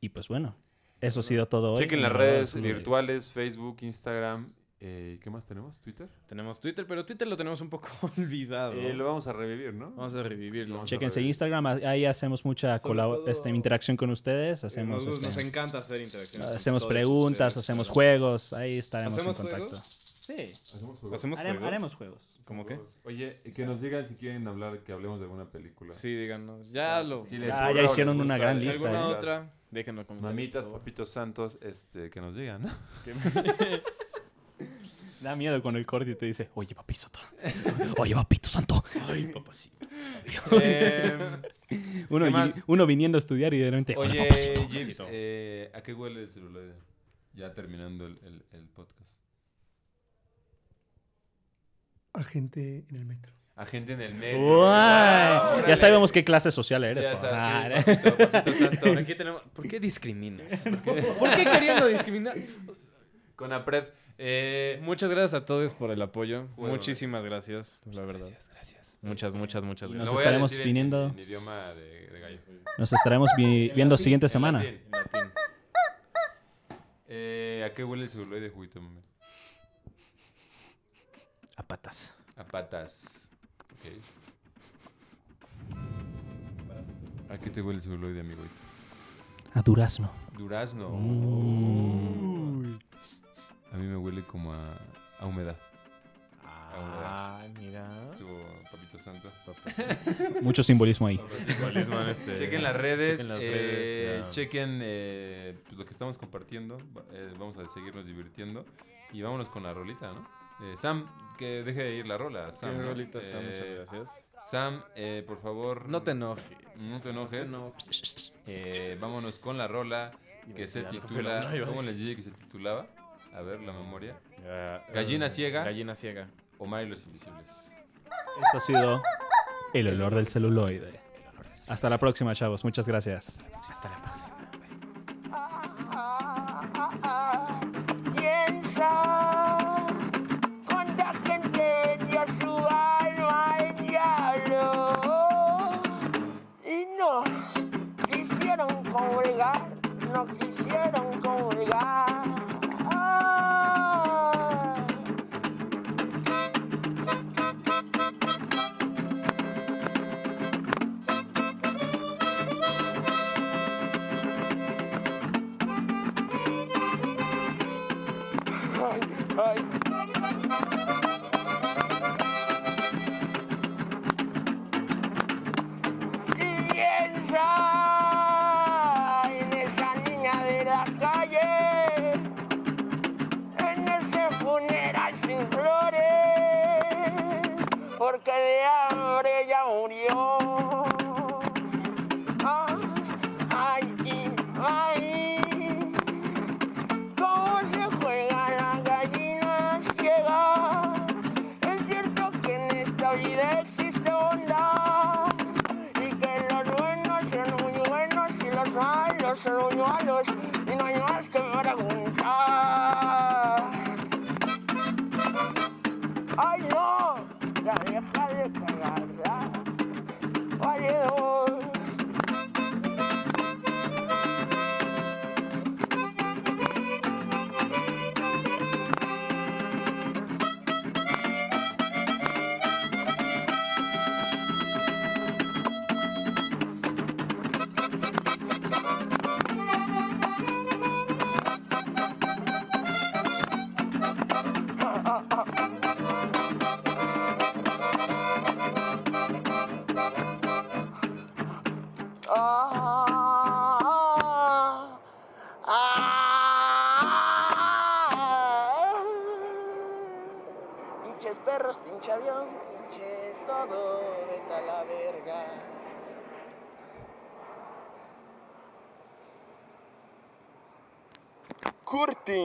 S2: Y pues bueno, eso ha sido todo hoy.
S1: Chequen
S2: en
S1: las
S2: el Olor del
S1: redes
S2: Celuloide.
S1: virtuales, Facebook, Instagram. eh, ¿Qué más tenemos? ¿Twitter?
S3: Tenemos Twitter, pero Twitter lo tenemos un poco
S2: Ah,
S3: olvidado.
S1: Eh, lo vamos a revivir, ¿no?
S3: Vamos a revivirlo.
S1: Vamos a
S2: Chéquense
S1: redes.
S2: Instagram, ah- ahí hacemos mucha
S3: Sobre
S2: colabo-
S3: todo-
S2: este, interacción con ustedes, hacemos,
S3: nos, gusta- nos
S2: este,
S3: encanta hacer interacciones. con
S2: hacemos
S3: todos
S2: preguntas,
S3: ustedes,
S2: hacemos
S3: ¿verdad?
S2: juegos, ahí estaremos en
S3: ¿Hacemos
S2: contacto.
S3: juegos?
S2: Sí,
S1: Hacemos juegos.
S3: ¿Hacemos
S2: haremos
S3: juegos?
S2: haremos juegos.
S3: ¿Cómo qué?
S1: Oye, que nos digan si quieren hablar, que hablemos de alguna película.
S3: Sí, díganos. Ya lo.
S1: Si les
S2: Ah, ya
S1: surge o les
S2: hicieron una
S1: gusta,
S2: gran
S1: si
S2: lista,
S1: alguna
S2: ¿eh?
S1: otra.
S3: otra, déjenlo en comentarios,
S1: Mamitas,
S3: por favor.
S1: papitos santos, este, que nos digan, ¿no?
S2: Da miedo cuando el Cordy te dice, oye papi soto, oye papito santo. Ay, papacito.
S1: Em,
S2: Uno,
S1: ¿Qué
S2: y-
S1: más?
S2: uno viniendo a estudiar y de repente, oye
S1: Oye,
S2: papacito.
S1: James,
S3: papacito.
S1: eh, ¿a qué huele el celuloide? Ya terminando el, el- el podcast.
S6: Agente en el metro.
S1: A gente en el medio.
S2: Uy,
S1: eh, Órale.
S2: ya sabemos qué clase social eres.
S1: Ya
S2: pa. Ah,
S1: sabes, sí, papito, papito santo, aquí
S3: Aquí tenemos. ¿Por qué discriminas? ¿Por qué, por qué queriendo discriminar?
S1: Con APRED. Eh,
S3: Muchas gracias a todos por el apoyo.
S1: Bueno,
S3: Muchísimas gracias, la verdad. Gracias, gracias. Muchas, muchas, muchas
S2: Nos
S1: Este, lo
S3: gracias.
S1: voy a
S2: estaremos
S1: decir en-
S2: viniendo-
S1: En, idioma de, de gallo.
S2: Nos estaremos vi- viendo siguiente semana.
S1: En latín.
S3: Latín.
S1: Eh, ¿A qué huele el celuloide, juguito, mami?
S2: A patas.
S1: A patas. Ok. ¿A qué te huele el celuloide, amigo?
S2: A durazno.
S1: Durazno.
S2: Mm.
S1: A mí me huele como a, a humedad.
S3: Ah, mira.
S1: Estuvo papito santo.
S2: Mucho simbolismo ahí.
S3: Simbolismo en este-
S1: Chequen las redes.
S3: Chequen las
S1: eh,
S3: redes, ya.
S1: Chequen eh, pues, lo que estamos compartiendo. Va- eh, vamos a seguirnos divirtiendo. Y vámonos con la rolita, ¿no? Eh, Sam, que deje de ir la rola.
S3: Qué
S1: Sam, ¿no?
S3: rolita, Sam,
S1: Eh,
S3: muchas gracias.
S1: Sam, eh, por favor.
S3: No te enojes.
S1: no te enojes.
S3: No.
S1: Eh, vámonos con la rola que se titula. ¿Cómo les dije que se titulaba? A ver, la memoria. Gallina ciega.
S3: Gallina ciega.
S1: Omar y los invisibles.
S2: Esto ha sido El olor del celuloide. Hasta la próxima, chavos. Muchas gracias.
S8: Piensa cuánta gente dio su alma en diablo y no quisieron comulgar, no quisieron comulgar. Ah. piensa en esa niña de la calle, en ese funeral sin flores, porque de hambre ella murió. Ah, Ay, ay, cómo se juega la gallina ciega. Es cierto que en esta vida existe bondad y que los buenos son muy buenos y los malos son muy malos y no hay más que preguntar. ¡Ay no! La deja de cagarla. Valedor. Ah, ah, ah. Pinches perros, pinche avión, pinche todo, vete a la verga. Curti.